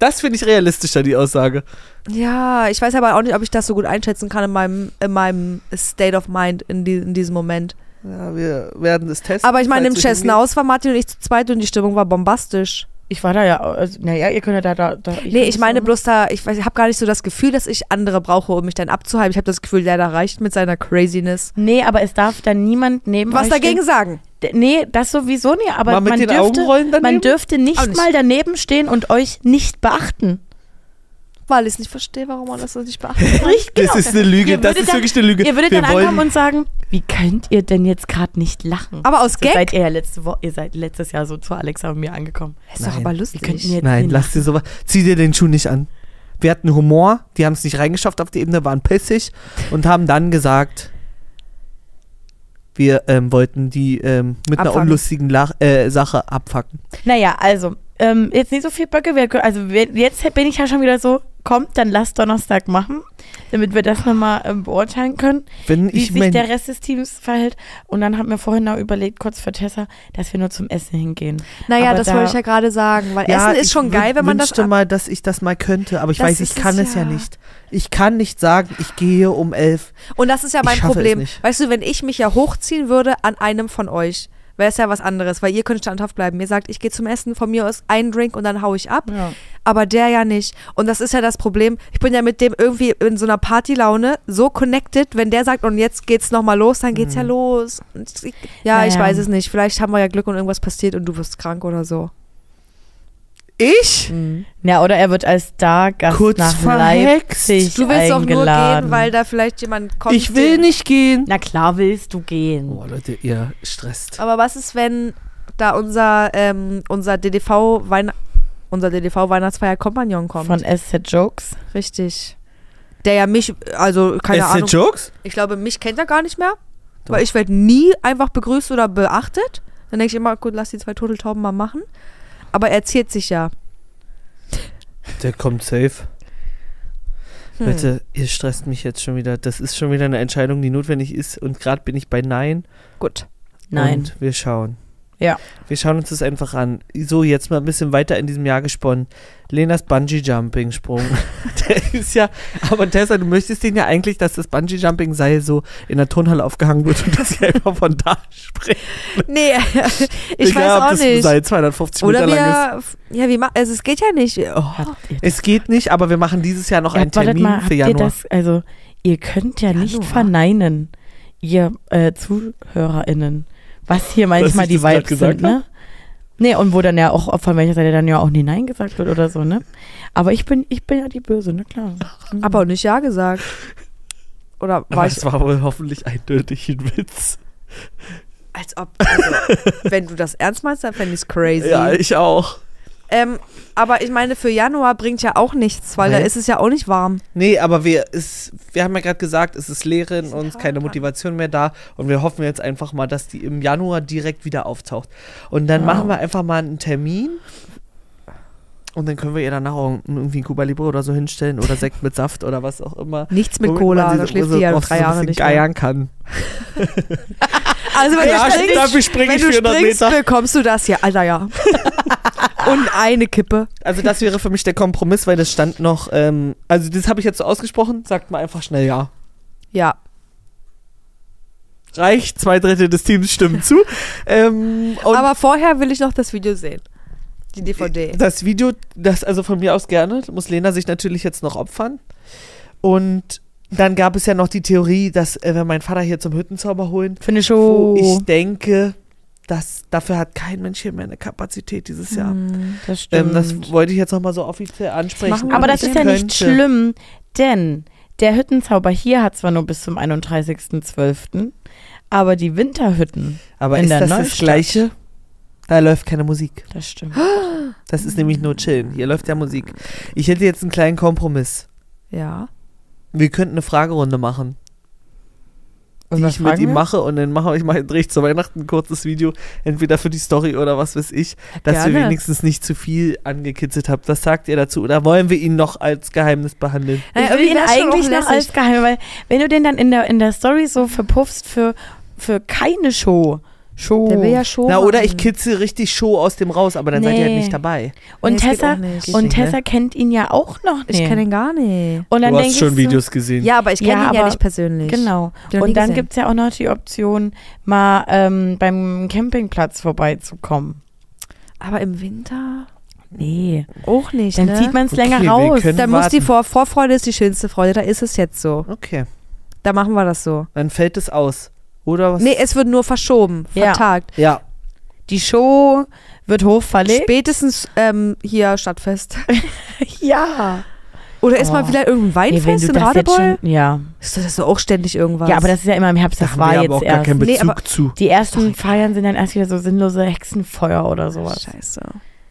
S2: Das finde ich realistischer, die Aussage.
S3: Ja, ich weiß aber auch nicht, ob ich das so gut einschätzen kann in meinem, in meinem State of Mind in, die, in diesem Moment.
S2: Ja, wir werden es testen.
S3: Aber ich meine, im
S2: falls wir hingehen.
S3: Chessenhaus waren Martin und ich zu zweit und die Stimmung war bombastisch.
S1: Ich war da ja, also, naja, ihr könnt ja da, da, da ich
S3: nee, ich meine bloß da, ich weiß, ich habe gar nicht so das Gefühl, dass ich andere brauche, um mich dann abzuhalten. Ich habe das Gefühl, der da reicht mit seiner Craziness.
S1: Nee, aber es darf dann niemand neben
S3: Was
S1: euch
S3: dagegen
S1: stehen.
S3: sagen?
S1: D- Nee, das sowieso nicht, aber
S2: Mal mit
S1: man,
S2: den Augenrollen
S1: dürfte,
S2: daneben?
S1: man dürfte nicht,
S3: Auch nicht.
S1: mal daneben stehen und euch nicht beachten.
S3: Weil ich es nicht verstehe, warum man das so nicht beachtet.
S1: Richtig,
S2: Das ist eine
S1: Genau.
S2: Lüge,
S1: Ihr
S2: das
S1: würdet
S2: ist
S1: dann-
S2: wirklich eine Lüge.
S1: Ihr würdet
S2: wir
S1: dann
S2: wollen
S1: ankommen und sagen, wie könnt ihr denn jetzt gerade nicht lachen?
S3: Aber aus
S1: so
S3: Gag
S1: seid ihr ja letzte Woche, ihr seid letztes Jahr so zu Alexa und mir angekommen.
S3: ist doch
S2: Nein.
S3: aber
S1: Wir könnten
S3: lustig.
S1: jetzt
S2: Nein,
S1: hin-
S2: lass dir sowas. Zieh dir den Schuh nicht an. Wir hatten Humor, die haben es nicht reingeschafft auf die Ebene, waren pissig und haben dann gesagt, wir ähm, wollten die ähm, mit einer
S3: Abfangen.
S2: unlustigen Lach äh, Sache abfacken.
S1: Naja, also, ähm, jetzt nicht so viel Böcke. Wir, also, wir, jetzt bin ich ja schon wieder so, kommt, dann lasst Donnerstag machen, damit wir das nochmal ähm, beurteilen können,
S2: Wenn
S1: wie
S2: ich
S1: sich der
S2: mein,
S1: Rest des Teams verhält. Und dann haben wir vorhin noch überlegt, kurz für Tessa, dass wir nur zum Essen hingehen.
S3: Naja,
S1: Aber
S3: das
S1: da-
S3: wollte ich ja gerade sagen, weil
S2: Ja,
S3: Essen
S2: ich
S3: ist schon
S2: wün-
S3: geil, wenn man das.
S2: wünschte mal, dass ich das mal könnte, aber ich
S3: Das
S2: weiß, ich
S3: ist es
S2: kann es ja.
S3: ja.
S2: nicht. Ich kann nicht sagen, ich gehe um elf.
S3: Und das ist ja
S2: Ich
S3: mein
S2: schaffe es
S3: Problem.
S2: nicht.
S3: Weißt du, wenn ich mich ja hochziehen würde an einem von euch, wäre es ja was anderes, weil ihr könnt standhaft bleiben. Ihr sagt, ich gehe zum Essen, von mir aus einen Drink und dann hau ich ab.
S1: Ja.
S3: Aber der ja nicht. Und das ist ja das Problem. Ich bin ja mit dem irgendwie in so einer Partylaune so connected, wenn der sagt, und jetzt geht's nochmal los, dann geht's ja los. Und ich, ja, ich
S1: Naja.
S3: weiß es nicht. Vielleicht haben wir ja Glück und irgendwas passiert und du wirst krank oder so.
S2: Ich?
S1: Ja, oder er wird als Stargast
S2: Kurz
S1: nach
S2: verhext.
S1: Leipzig
S3: Du willst doch nur
S1: eingeladen.
S3: gehen, weil da vielleicht jemand kommt.
S2: Ich will
S3: den-
S2: nicht gehen.
S1: Na klar willst du gehen.
S2: Boah, Leute, ihr stresst.
S3: Aber was ist, wenn da unser, ähm, unser DDV Weihn unser DDV Weihnachtsfeier Kompagnon kommt?
S1: Von SZ Jokes.
S3: Richtig. Der ja mich, also keine
S2: Ist
S3: Ahnung.
S2: der Jokes?
S3: Ich glaube, mich kennt er gar nicht mehr. Weil ich werde nie einfach begrüßt oder beachtet. Dann denke ich immer, gut, lass die zwei Turteltauben mal machen. Aber er erzählt sich ja.
S2: Der kommt safe.
S3: Hm.
S2: Leute, ihr stresst mich jetzt schon wieder. Das ist schon wieder eine Entscheidung, die notwendig ist. Und gerade bin ich bei Nein.
S3: Gut.
S1: Nein.
S2: Und wir schauen.
S1: Ja.
S2: Wir schauen uns das einfach an. So, jetzt mal ein bisschen weiter in diesem Jahr gesponnen. Lenas Bungee-Jumping-Sprung. der ist ja, aber Tessa, du möchtest den ja eigentlich, dass das Bungee-Jumping-Seil so in der Turnhalle aufgehangen wird und dass sie einfach von da springt.
S3: Nee,
S2: Egal,
S3: ich
S2: ob
S3: weiß auch
S2: das
S3: nicht.
S2: Seil 250
S3: Oder
S2: Meter lang ist.
S3: wir, ja, wie macht, also es geht ja nicht. Oh.
S1: Habt ihr
S2: Es geht nicht, aber wir machen dieses Jahr noch
S1: Ja,
S2: einen
S1: wartet
S2: Termin
S1: mal, habt
S2: für
S1: ihr
S2: Januar.
S1: das, also ihr könnt ja nicht
S3: Januar?
S1: verneinen, ihr äh, ZuhörerInnen, was hier manchmal
S2: ich
S1: die
S2: das grad
S1: Vibes
S2: gesagt
S1: sind, ne? Nee, und wo dann ja auch, von welcher Seite dann ja auch nie Nein gesagt wird oder so, ne? Aber ich bin, ich bin ja die Böse, ne klar.
S3: Aber auch nicht Ja gesagt. Oder
S2: Aber
S3: war ich,
S2: es war wohl hoffentlich eindeutig ein Witz.
S3: als ob, also, wenn du das ernst meinst, dann fände ich es crazy.
S2: Ja, ich auch.
S3: Ähm, aber ich meine, für Januar bringt ja auch nichts, weil da
S2: Nee.
S3: ist es ja auch nicht warm.
S2: Nee, aber wir, es, wir haben ja gerade gesagt, es ist Leere in uns, keine Motivation mehr da. Und wir hoffen jetzt einfach mal, dass die im Januar direkt wieder auftaucht. Und dann machen wir einfach mal einen Termin. Und dann können wir ihr danach auch irgendwie ein Cuba Libre oder so hinstellen oder Sekt mit Saft oder was auch immer.
S3: Nichts mit
S2: Womit man
S3: Cola,
S2: diese-
S3: da schläft
S2: so-
S3: die ja
S2: auch
S3: drei
S2: so ein
S3: Jahre
S2: bisschen
S3: nicht mehr.
S2: geiern kann.
S3: Also wenn
S2: Ja,
S3: du springst,
S2: dafür spring
S3: wenn
S2: ich
S3: du
S2: 400
S3: springst
S2: Meter.
S3: bekommst du das hier. Alter, ja. Und eine Kippe.
S2: Also das wäre für mich der Kompromiss, weil das stand noch, ähm, also das habe ich jetzt so ausgesprochen, sagt mal einfach schnell ja.
S3: Ja.
S2: Reicht, zwei Drittel des Teams stimmen zu. ähm, und
S3: aber vorher will ich noch das Video sehen. Die DVD.
S2: das Video, das also von mir aus gerne, muss Lena sich natürlich jetzt noch opfern. Und dann gab es ja noch die Theorie, dass äh, wir meinen Vater hier zum Hüttenzauber holen,
S1: Finde ich schon.
S2: wo ich denke, dass dafür hat kein Mensch hier mehr eine Kapazität dieses Jahr.
S3: Hm.
S1: das Hm. stimmt.
S2: Ähm, das wollte ich jetzt nochmal so offiziell ansprechen.
S3: machen wir
S1: Aber das
S3: Ich
S1: ist ja nicht
S2: könnte-
S1: schlimm, denn der Hüttenzauber hier hat zwar nur bis zum 31.12., aber die Winterhütten,
S2: Aber
S1: in
S2: ist
S1: der
S2: das das
S1: Neustadt.
S2: Gleiche? Da läuft keine Musik.
S1: das stimmt.
S2: Das ist nämlich nur chillen. Hier läuft ja Musik. Ich hätte jetzt einen kleinen Kompromiss.
S3: Ja.
S2: Wir könnten eine Fragerunde machen,
S1: Und
S2: die
S1: was
S2: ich mit
S1: fragen
S2: ihm
S1: wir?
S2: mache und dann mache ich mal drehe ich zu Weihnachten ein kurzes Video, entweder für die Story oder was weiß ich, dass wir
S3: gerne.
S2: wenigstens nicht zu viel angekitzelt habt. Was sagt ihr dazu? Oder wollen wir ihn noch als Geheimnis behandeln?
S1: Ich will ihn Äh, eigentlich noch als geheim, weil wenn du den dann in der, in der Story so verpuffst für, für keine Show, Show.
S3: Der will ja schon.
S2: Na, oder ich
S3: machen.
S2: kitzel richtig Show aus dem raus, aber dann seid ihr halt
S1: Oh, ähm. Nee.
S2: nicht dabei.
S1: und
S3: Nee, es geht um
S1: Tessa,
S3: auch nicht.
S1: und
S2: Geht nicht,
S1: Tessa kennt ihn ja auch noch
S3: ne? Ich
S1: nicht.
S3: kenne ihn gar nicht.
S1: und dann denk ich so,
S2: gesehen.
S3: Ja, aber ich kenne
S1: Ja,
S3: ihn ja
S1: aber-
S3: nicht persönlich.
S1: Genau.
S3: Den noch nie
S1: Und dann
S3: gesehen.
S1: gibt es ja auch noch die Option, mal ähm, beim Campingplatz vorbeizukommen.
S3: Aber im Winter
S1: Nee.
S3: auch nicht.
S1: Dann
S3: ne?
S1: zieht man es
S2: Okay,
S1: länger
S2: wir
S1: raus.
S2: können-
S3: Dann muss die
S2: warten.
S3: Vor Vorfreude ist die schönste Freude. Da ist es jetzt so.
S2: Okay,
S3: Da machen wir das so.
S2: dann fällt es aus. Oder was?
S3: Nee, es wird nur verschoben,
S1: Ja.
S3: vertagt.
S2: Ja,
S1: Die Show wird hochverlegt.
S3: Spätestens ähm, hier Stadtfest.
S1: ja.
S3: Oder ist mal
S1: Oh.
S3: wieder irgendein
S1: Nee, wenn
S3: Weinfest
S1: du
S3: in
S1: das jetzt
S3: Radebeul?
S1: schon, ja.
S3: Ist das doch auch ständig irgendwas?
S1: ja, aber das ist ja immer im Herbst.
S2: da
S1: Das
S2: haben
S1: war
S2: wir
S1: jetzt
S2: aber auch gar
S1: erst.
S2: keinen
S3: Nee,
S2: Bezug
S3: aber-
S2: zu.
S1: Die ersten Feiern sind dann erst wieder so sinnlose Hexenfeuer oder sowas.
S3: Scheiße.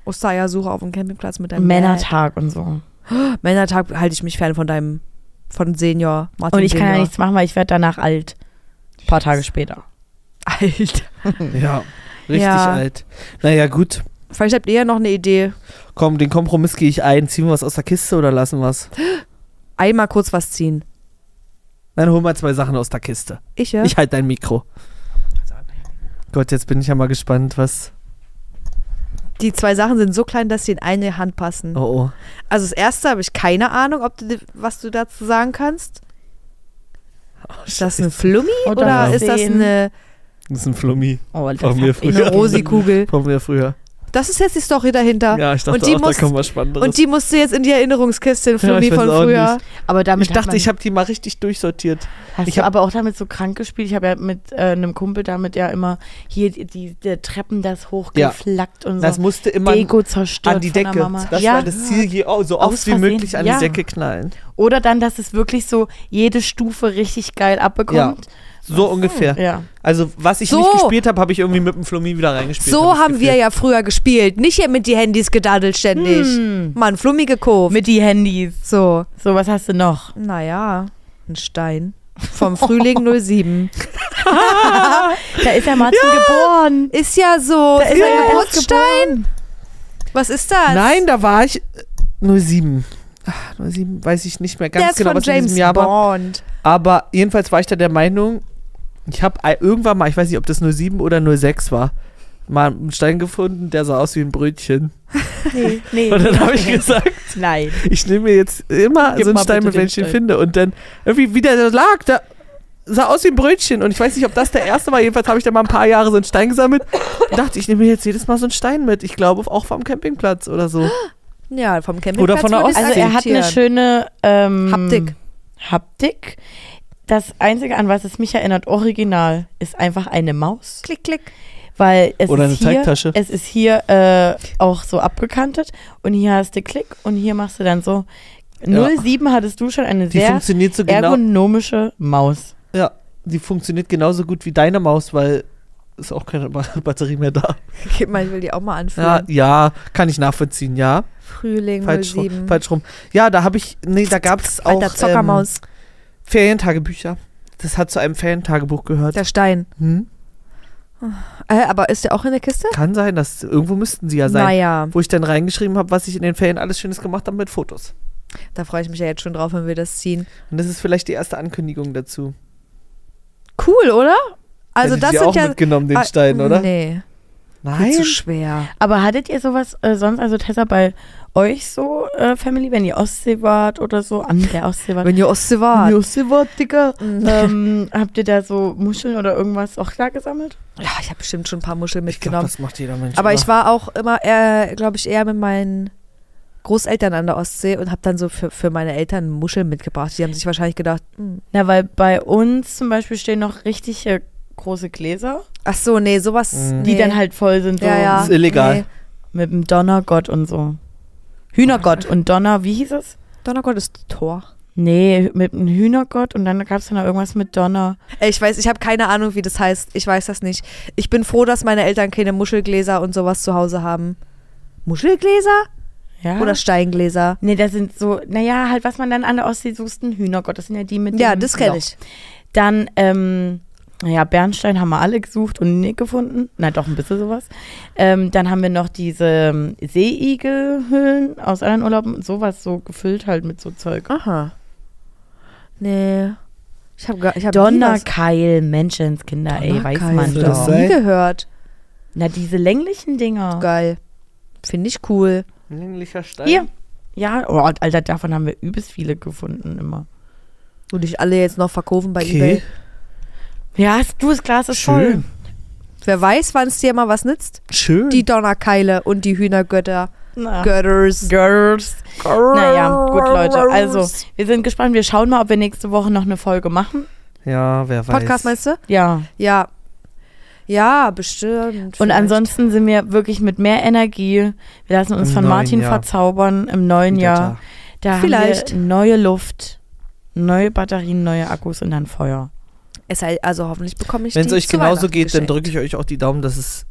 S3: Ostaya-Suche auf dem Campingplatz mit deinem
S1: Männertag und so.
S3: Dad. Männertag halte ich mich fern von deinem von Senior Martin
S1: Und ich kann
S3: Senior.
S1: ja nichts machen, weil ich werde danach alt. Ein paar Tage später.
S3: Alt.
S1: Mm.
S2: Ja, richtig
S3: Ja.
S2: alt. Naja, gut.
S3: Vielleicht habt ihr ja noch eine Idee.
S2: Komm, den Kompromiss gehe ich ein. Ziehen wir was aus der Kiste oder lassen was?
S3: Einmal kurz was ziehen.
S2: Dann holen wir zwei Sachen aus der Kiste.
S3: Ich ja.
S2: Ich halte dein Mikro. Gott, jetzt bin ich ja mal gespannt, was.
S3: die zwei Sachen sind so klein, dass sie in eine Hand passen.
S2: Oh oh.
S3: Also das erste habe ich keine Ahnung, ob du, was du dazu sagen kannst. Ist das eine Flummi
S1: Oh, Oder
S3: oder ist das
S1: Versehen.
S3: eine,
S2: Das ist ein Flummi
S1: Oh, das
S2: Von
S1: hab
S2: mir
S1: ich
S2: früher.
S3: eine
S1: gesehen.
S3: Rosikugel?
S2: von mir früher.
S3: Das ist jetzt die Story dahinter.
S2: Ja, ich dachte
S3: Ah, und die
S2: auch,
S3: musst,
S2: da kommt was Spannenderes.
S3: Und die musst du jetzt in die Erinnerungskiste in
S2: Ja,
S3: Flummi
S2: ich weiß
S3: von
S2: auch
S3: früher.
S2: nicht.
S1: Aber damit
S2: ich dachte, ich
S1: habe.
S2: habe die mal richtig durchsortiert.
S1: Hast
S2: ich
S1: du
S2: hab-
S1: aber auch damit so krank gespielt? Ich habe ja mit äh, einem Kumpel damit ja immer hier die, die, die Treppen das hochgeflackt und so.
S2: Das musste immer
S1: Deko zerstört
S2: an die
S1: von
S2: Decke.
S1: der Mama.
S2: Das
S1: ja.
S2: war das Ziel, je, oh, so
S1: Aus
S2: oft wie
S1: Versehen.
S2: möglich an
S1: Ja.
S2: die Decke knallen.
S1: Oder dann, dass es wirklich so jede Stufe richtig geil abbekommt.
S2: So ungefähr.
S1: Ja.
S2: Also, was ich
S3: So.
S2: nicht gespielt habe, habe ich irgendwie mit dem Flummi wieder reingespielt.
S3: So haben wir
S2: ja.
S3: ja früher gespielt. Nicht hier mit die Handys gedaddelt ständig.
S2: Hm.
S3: Mann, Flummi gekauft.
S1: Mit die Handys.
S3: so,
S1: So, was hast du noch?
S3: naja, ein Stein. Vom Frühling 07.
S1: Da ist ja Martin geboren.
S3: Ist ja so.
S1: Da ist
S3: ja,
S1: er ja erst
S3: Geburtsstein. Was ist das?
S2: Nein, da war ich äh, 07. Ach, 07 weiß ich nicht mehr
S3: der
S2: ganz
S3: ist
S2: genau,
S3: von
S2: was in
S3: James
S2: diesem Jahr war.
S3: Bond.
S2: Aber jedenfalls war ich da der Meinung, ich habe irgendwann mal, ich weiß nicht, ob das 07 oder 06 war, mal einen Stein gefunden, der sah aus wie ein Brötchen.
S1: Nee, nee.
S2: Und dann habe ich gesagt,
S1: Nein.
S2: ich nehme mir jetzt immer
S1: Gib
S2: so einen
S1: mal
S2: Stein
S1: bitte
S2: mit, wenn
S1: den
S2: ich den
S1: Stein.
S2: finde. Und dann irgendwie, wie der da lag, da sah aus wie ein Brötchen. Und ich weiß nicht, ob das der erste war. Jedenfalls habe ich da mal ein paar Jahre so einen Stein gesammelt. Und dachte, ich nehme mir jetzt jedes Mal so einen Stein mit. Ich glaube, auch vom Campingplatz oder so.
S3: Ja, vom Campingplatz.
S2: Oder von der
S3: würde ich's
S1: Also
S2: Ostsee.
S1: er hat eine
S3: akzeptieren.
S1: schöne ähm,
S3: Haptik.
S1: Haptik. Das Einzige, an was es mich erinnert, original, ist einfach eine Maus.
S3: Klick, klick.
S1: Weil es
S2: Oder
S1: ist
S2: eine
S1: hier,
S2: Teigtasche.
S1: Es ist hier äh, auch so abgekantet und hier hast du Klick und hier machst du dann so. 07 hattest du schon eine
S2: Die
S1: sehr
S2: funktioniert so genau.
S1: ergonomische Maus.
S2: Ja, die funktioniert genauso gut wie deine Maus, weil ist auch keine Ba- Batterie mehr da.
S3: Gib mal, ich will die auch mal
S2: Ja,
S3: anführen.
S2: ja, kann ich nachvollziehen, ja.
S3: Frühling
S2: Falsch rum,
S3: 07.
S2: falsch rum. Ja, da habe ich, nee, da gab es auch
S3: Alter Zockermaus.
S2: Ähm, Ferientagebücher. Das hat zu einem Ferientagebuch gehört.
S3: der Stein.
S2: Hm?
S3: Äh, aber ist der auch in der Kiste?
S2: Kann sein, dass irgendwo müssten sie ja sein.
S3: Naja,
S2: Wo ich dann reingeschrieben habe, was ich in den Ferien alles Schönes gemacht habe mit Fotos.
S3: da freue ich mich ja jetzt schon drauf, wenn wir das ziehen.
S2: Und das ist vielleicht die erste Ankündigung dazu.
S3: Cool, oder? Also
S2: Hätte
S3: das
S2: ich
S3: sind
S2: auch
S3: ja
S2: mitgenommen, den
S3: Ah,
S2: Stein, oder?
S3: Nee, viel
S2: Nein.
S3: zu schwer.
S1: Aber hattet ihr sowas äh, sonst, also Tessa, bei euch so, äh, Family, wenn ihr Ostsee wart oder so, an der Ostsee wart?
S3: Wenn ihr Ostsee wart.
S1: Ostsee wart, Digga.
S3: Mhm.
S1: ähm, habt ihr da so Muscheln oder irgendwas auch klar gesammelt?
S3: Ja, ich habe bestimmt schon ein paar Muscheln
S2: Ich glaube,
S3: mitgenommen.
S2: das macht jeder Mensch.
S3: aber
S2: immer.
S3: ich war auch immer, äh, glaube ich, eher mit meinen Großeltern an der Ostsee und habe dann so für, für meine Eltern Muscheln mitgebracht. Die haben sich wahrscheinlich gedacht, hm,
S1: Na, weil bei uns zum Beispiel stehen noch richtig äh, große Gläser,
S3: ach so, nee, sowas.
S2: Mhm.
S3: Nee.
S1: die dann halt voll sind, so
S3: ja, ja.
S2: Das ist illegal.
S3: Nee.
S1: mit dem Donnergott und so. Hühnergott und Donner, wie hieß es?
S3: Donnergott ist Tor.
S1: Nee, mit dem Hühnergott und dann gab es dann noch irgendwas mit Donner.
S3: Ey, Ich weiß, ich habe keine Ahnung, wie das heißt. Ich weiß das nicht. Ich bin froh, dass meine Eltern keine Muschelgläser und sowas zu Hause haben. Muschelgläser
S1: Ja.
S3: oder Steingläser?
S1: nee, das sind so, naja, halt, was man dann an der Ostsee sucht, ein Hühnergott. Das sind ja die mit
S3: Ja,
S1: dem
S3: das kenne
S1: Loch.
S3: ich.
S1: Dann, ähm, naja, Bernstein haben wir alle gesucht und nicht gefunden. Na doch, ein bisschen sowas. Ähm, dann haben wir noch diese ähm, Seeigelhüllen aus anderen Urlauben, sowas so gefüllt halt mit so Zeug.
S3: Aha. Nee. Ich habe gar ich hab nie was-
S1: Donnerkeil, Menschenskinder, ey, weiß
S3: Donnerkeil.
S1: man
S2: Soll das
S1: doch.
S2: sein?
S3: nie gehört.
S1: Na, diese länglichen Dinger.
S3: Geil. Finde ich cool.
S2: Länglicher Stein.
S1: Hier. Ja, oh, Alter, davon haben wir übelst viele gefunden immer.
S3: Würde ich alle jetzt noch verkaufen bei
S2: Okay.
S3: eBay.
S1: Ja, hast du, das Glas ist voll.
S2: Schön.
S3: Wer weiß, wann es dir mal was nützt?
S2: Schön.
S3: Die Donnerkeile und die Hühnergötter.
S1: Na.
S3: Götters.
S1: Girls. Naja, gut, Leute. Also, wir sind gespannt. Wir schauen mal, ob wir nächste Woche noch eine Folge machen.
S2: ja, wer weiß.
S3: Podcast meinst du?
S1: Ja.
S3: Ja. Ja, bestimmt.
S1: Und
S3: vielleicht.
S1: ansonsten sind wir wirklich mit mehr Energie. Wir lassen uns
S2: Im
S1: von
S2: neuen
S1: Martin
S2: Jahr.
S1: verzaubern im neuen
S2: Wieder
S1: Jahr. Da
S3: Vielleicht.
S1: haben wir neue Luft, neue Batterien, neue Akkus und dann Feuer.
S3: Es sei, also hoffentlich bekomme ich
S2: Wenn es
S3: die
S2: euch
S3: zu
S2: genauso
S3: Weihnachten
S2: geht, dann
S3: geschenkt.
S2: drücke ich euch auch die Daumen, dass es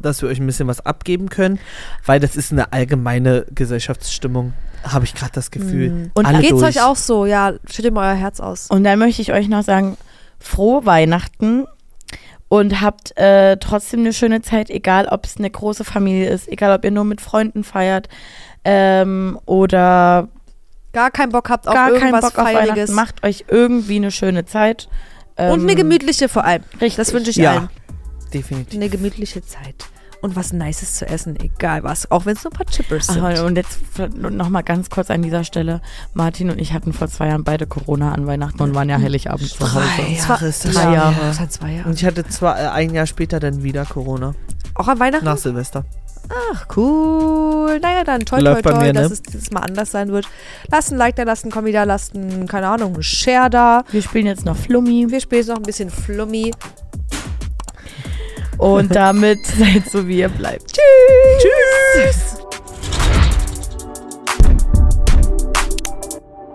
S2: dass wir euch ein bisschen was abgeben können, weil das ist eine allgemeine Gesellschaftsstimmung, habe ich gerade das Gefühl.
S1: Und
S2: Alle
S3: Geht's
S2: durch.
S3: euch auch so? Ja, schüttet mal euer Herz aus.
S1: Und dann möchte ich euch noch sagen, frohe Weihnachten und habt äh, trotzdem eine schöne Zeit, egal ob es eine große Familie ist, egal ob ihr nur mit Freunden feiert ähm, oder
S3: Gar keinen Bock habt auf
S1: gar keinen
S3: irgendwas
S1: Bock auf
S3: Feiriges.
S1: Weihnachten. Macht euch irgendwie eine schöne Zeit.
S3: Und eine
S1: Ähm,
S3: gemütliche vor allem. Das wünsche ich
S2: Ja.
S3: allen. Mhm.
S2: Definitiv.
S3: Eine gemütliche Zeit. Und was Nices zu essen, egal was. Auch wenn es nur ein paar Chippers sind.
S1: Ach, Ah, und jetzt nochmal ganz kurz an dieser Stelle. Martin und ich hatten vor zwei Jahren beide Corona an Weihnachten und waren ja Heiligabend zu Hause.
S3: Es war-
S2: Jahre ist das
S3: drei
S2: schon
S3: Jahre.
S2: her.
S3: Das waren zwei Jahre.
S2: Und ich hatte zwar äh, ein Jahr später dann wieder Corona,
S3: Auch an Weihnachten?
S2: nach Silvester.
S3: Ach, cool. Naja, dann toi, toi,
S2: Läuft bei
S3: toi,
S2: mir,
S3: dass
S2: ne?
S3: es dieses Mal anders sein wird. Lasst ein Like da, lasst ein Kommi da, lasst ein, keine Ahnung, ein Share da.
S1: Wir spielen jetzt noch Flummi.
S3: Wir spielen jetzt noch ein bisschen Flummi.
S1: Und damit seid so, wie ihr bleibt. Tschüss. Tschüss.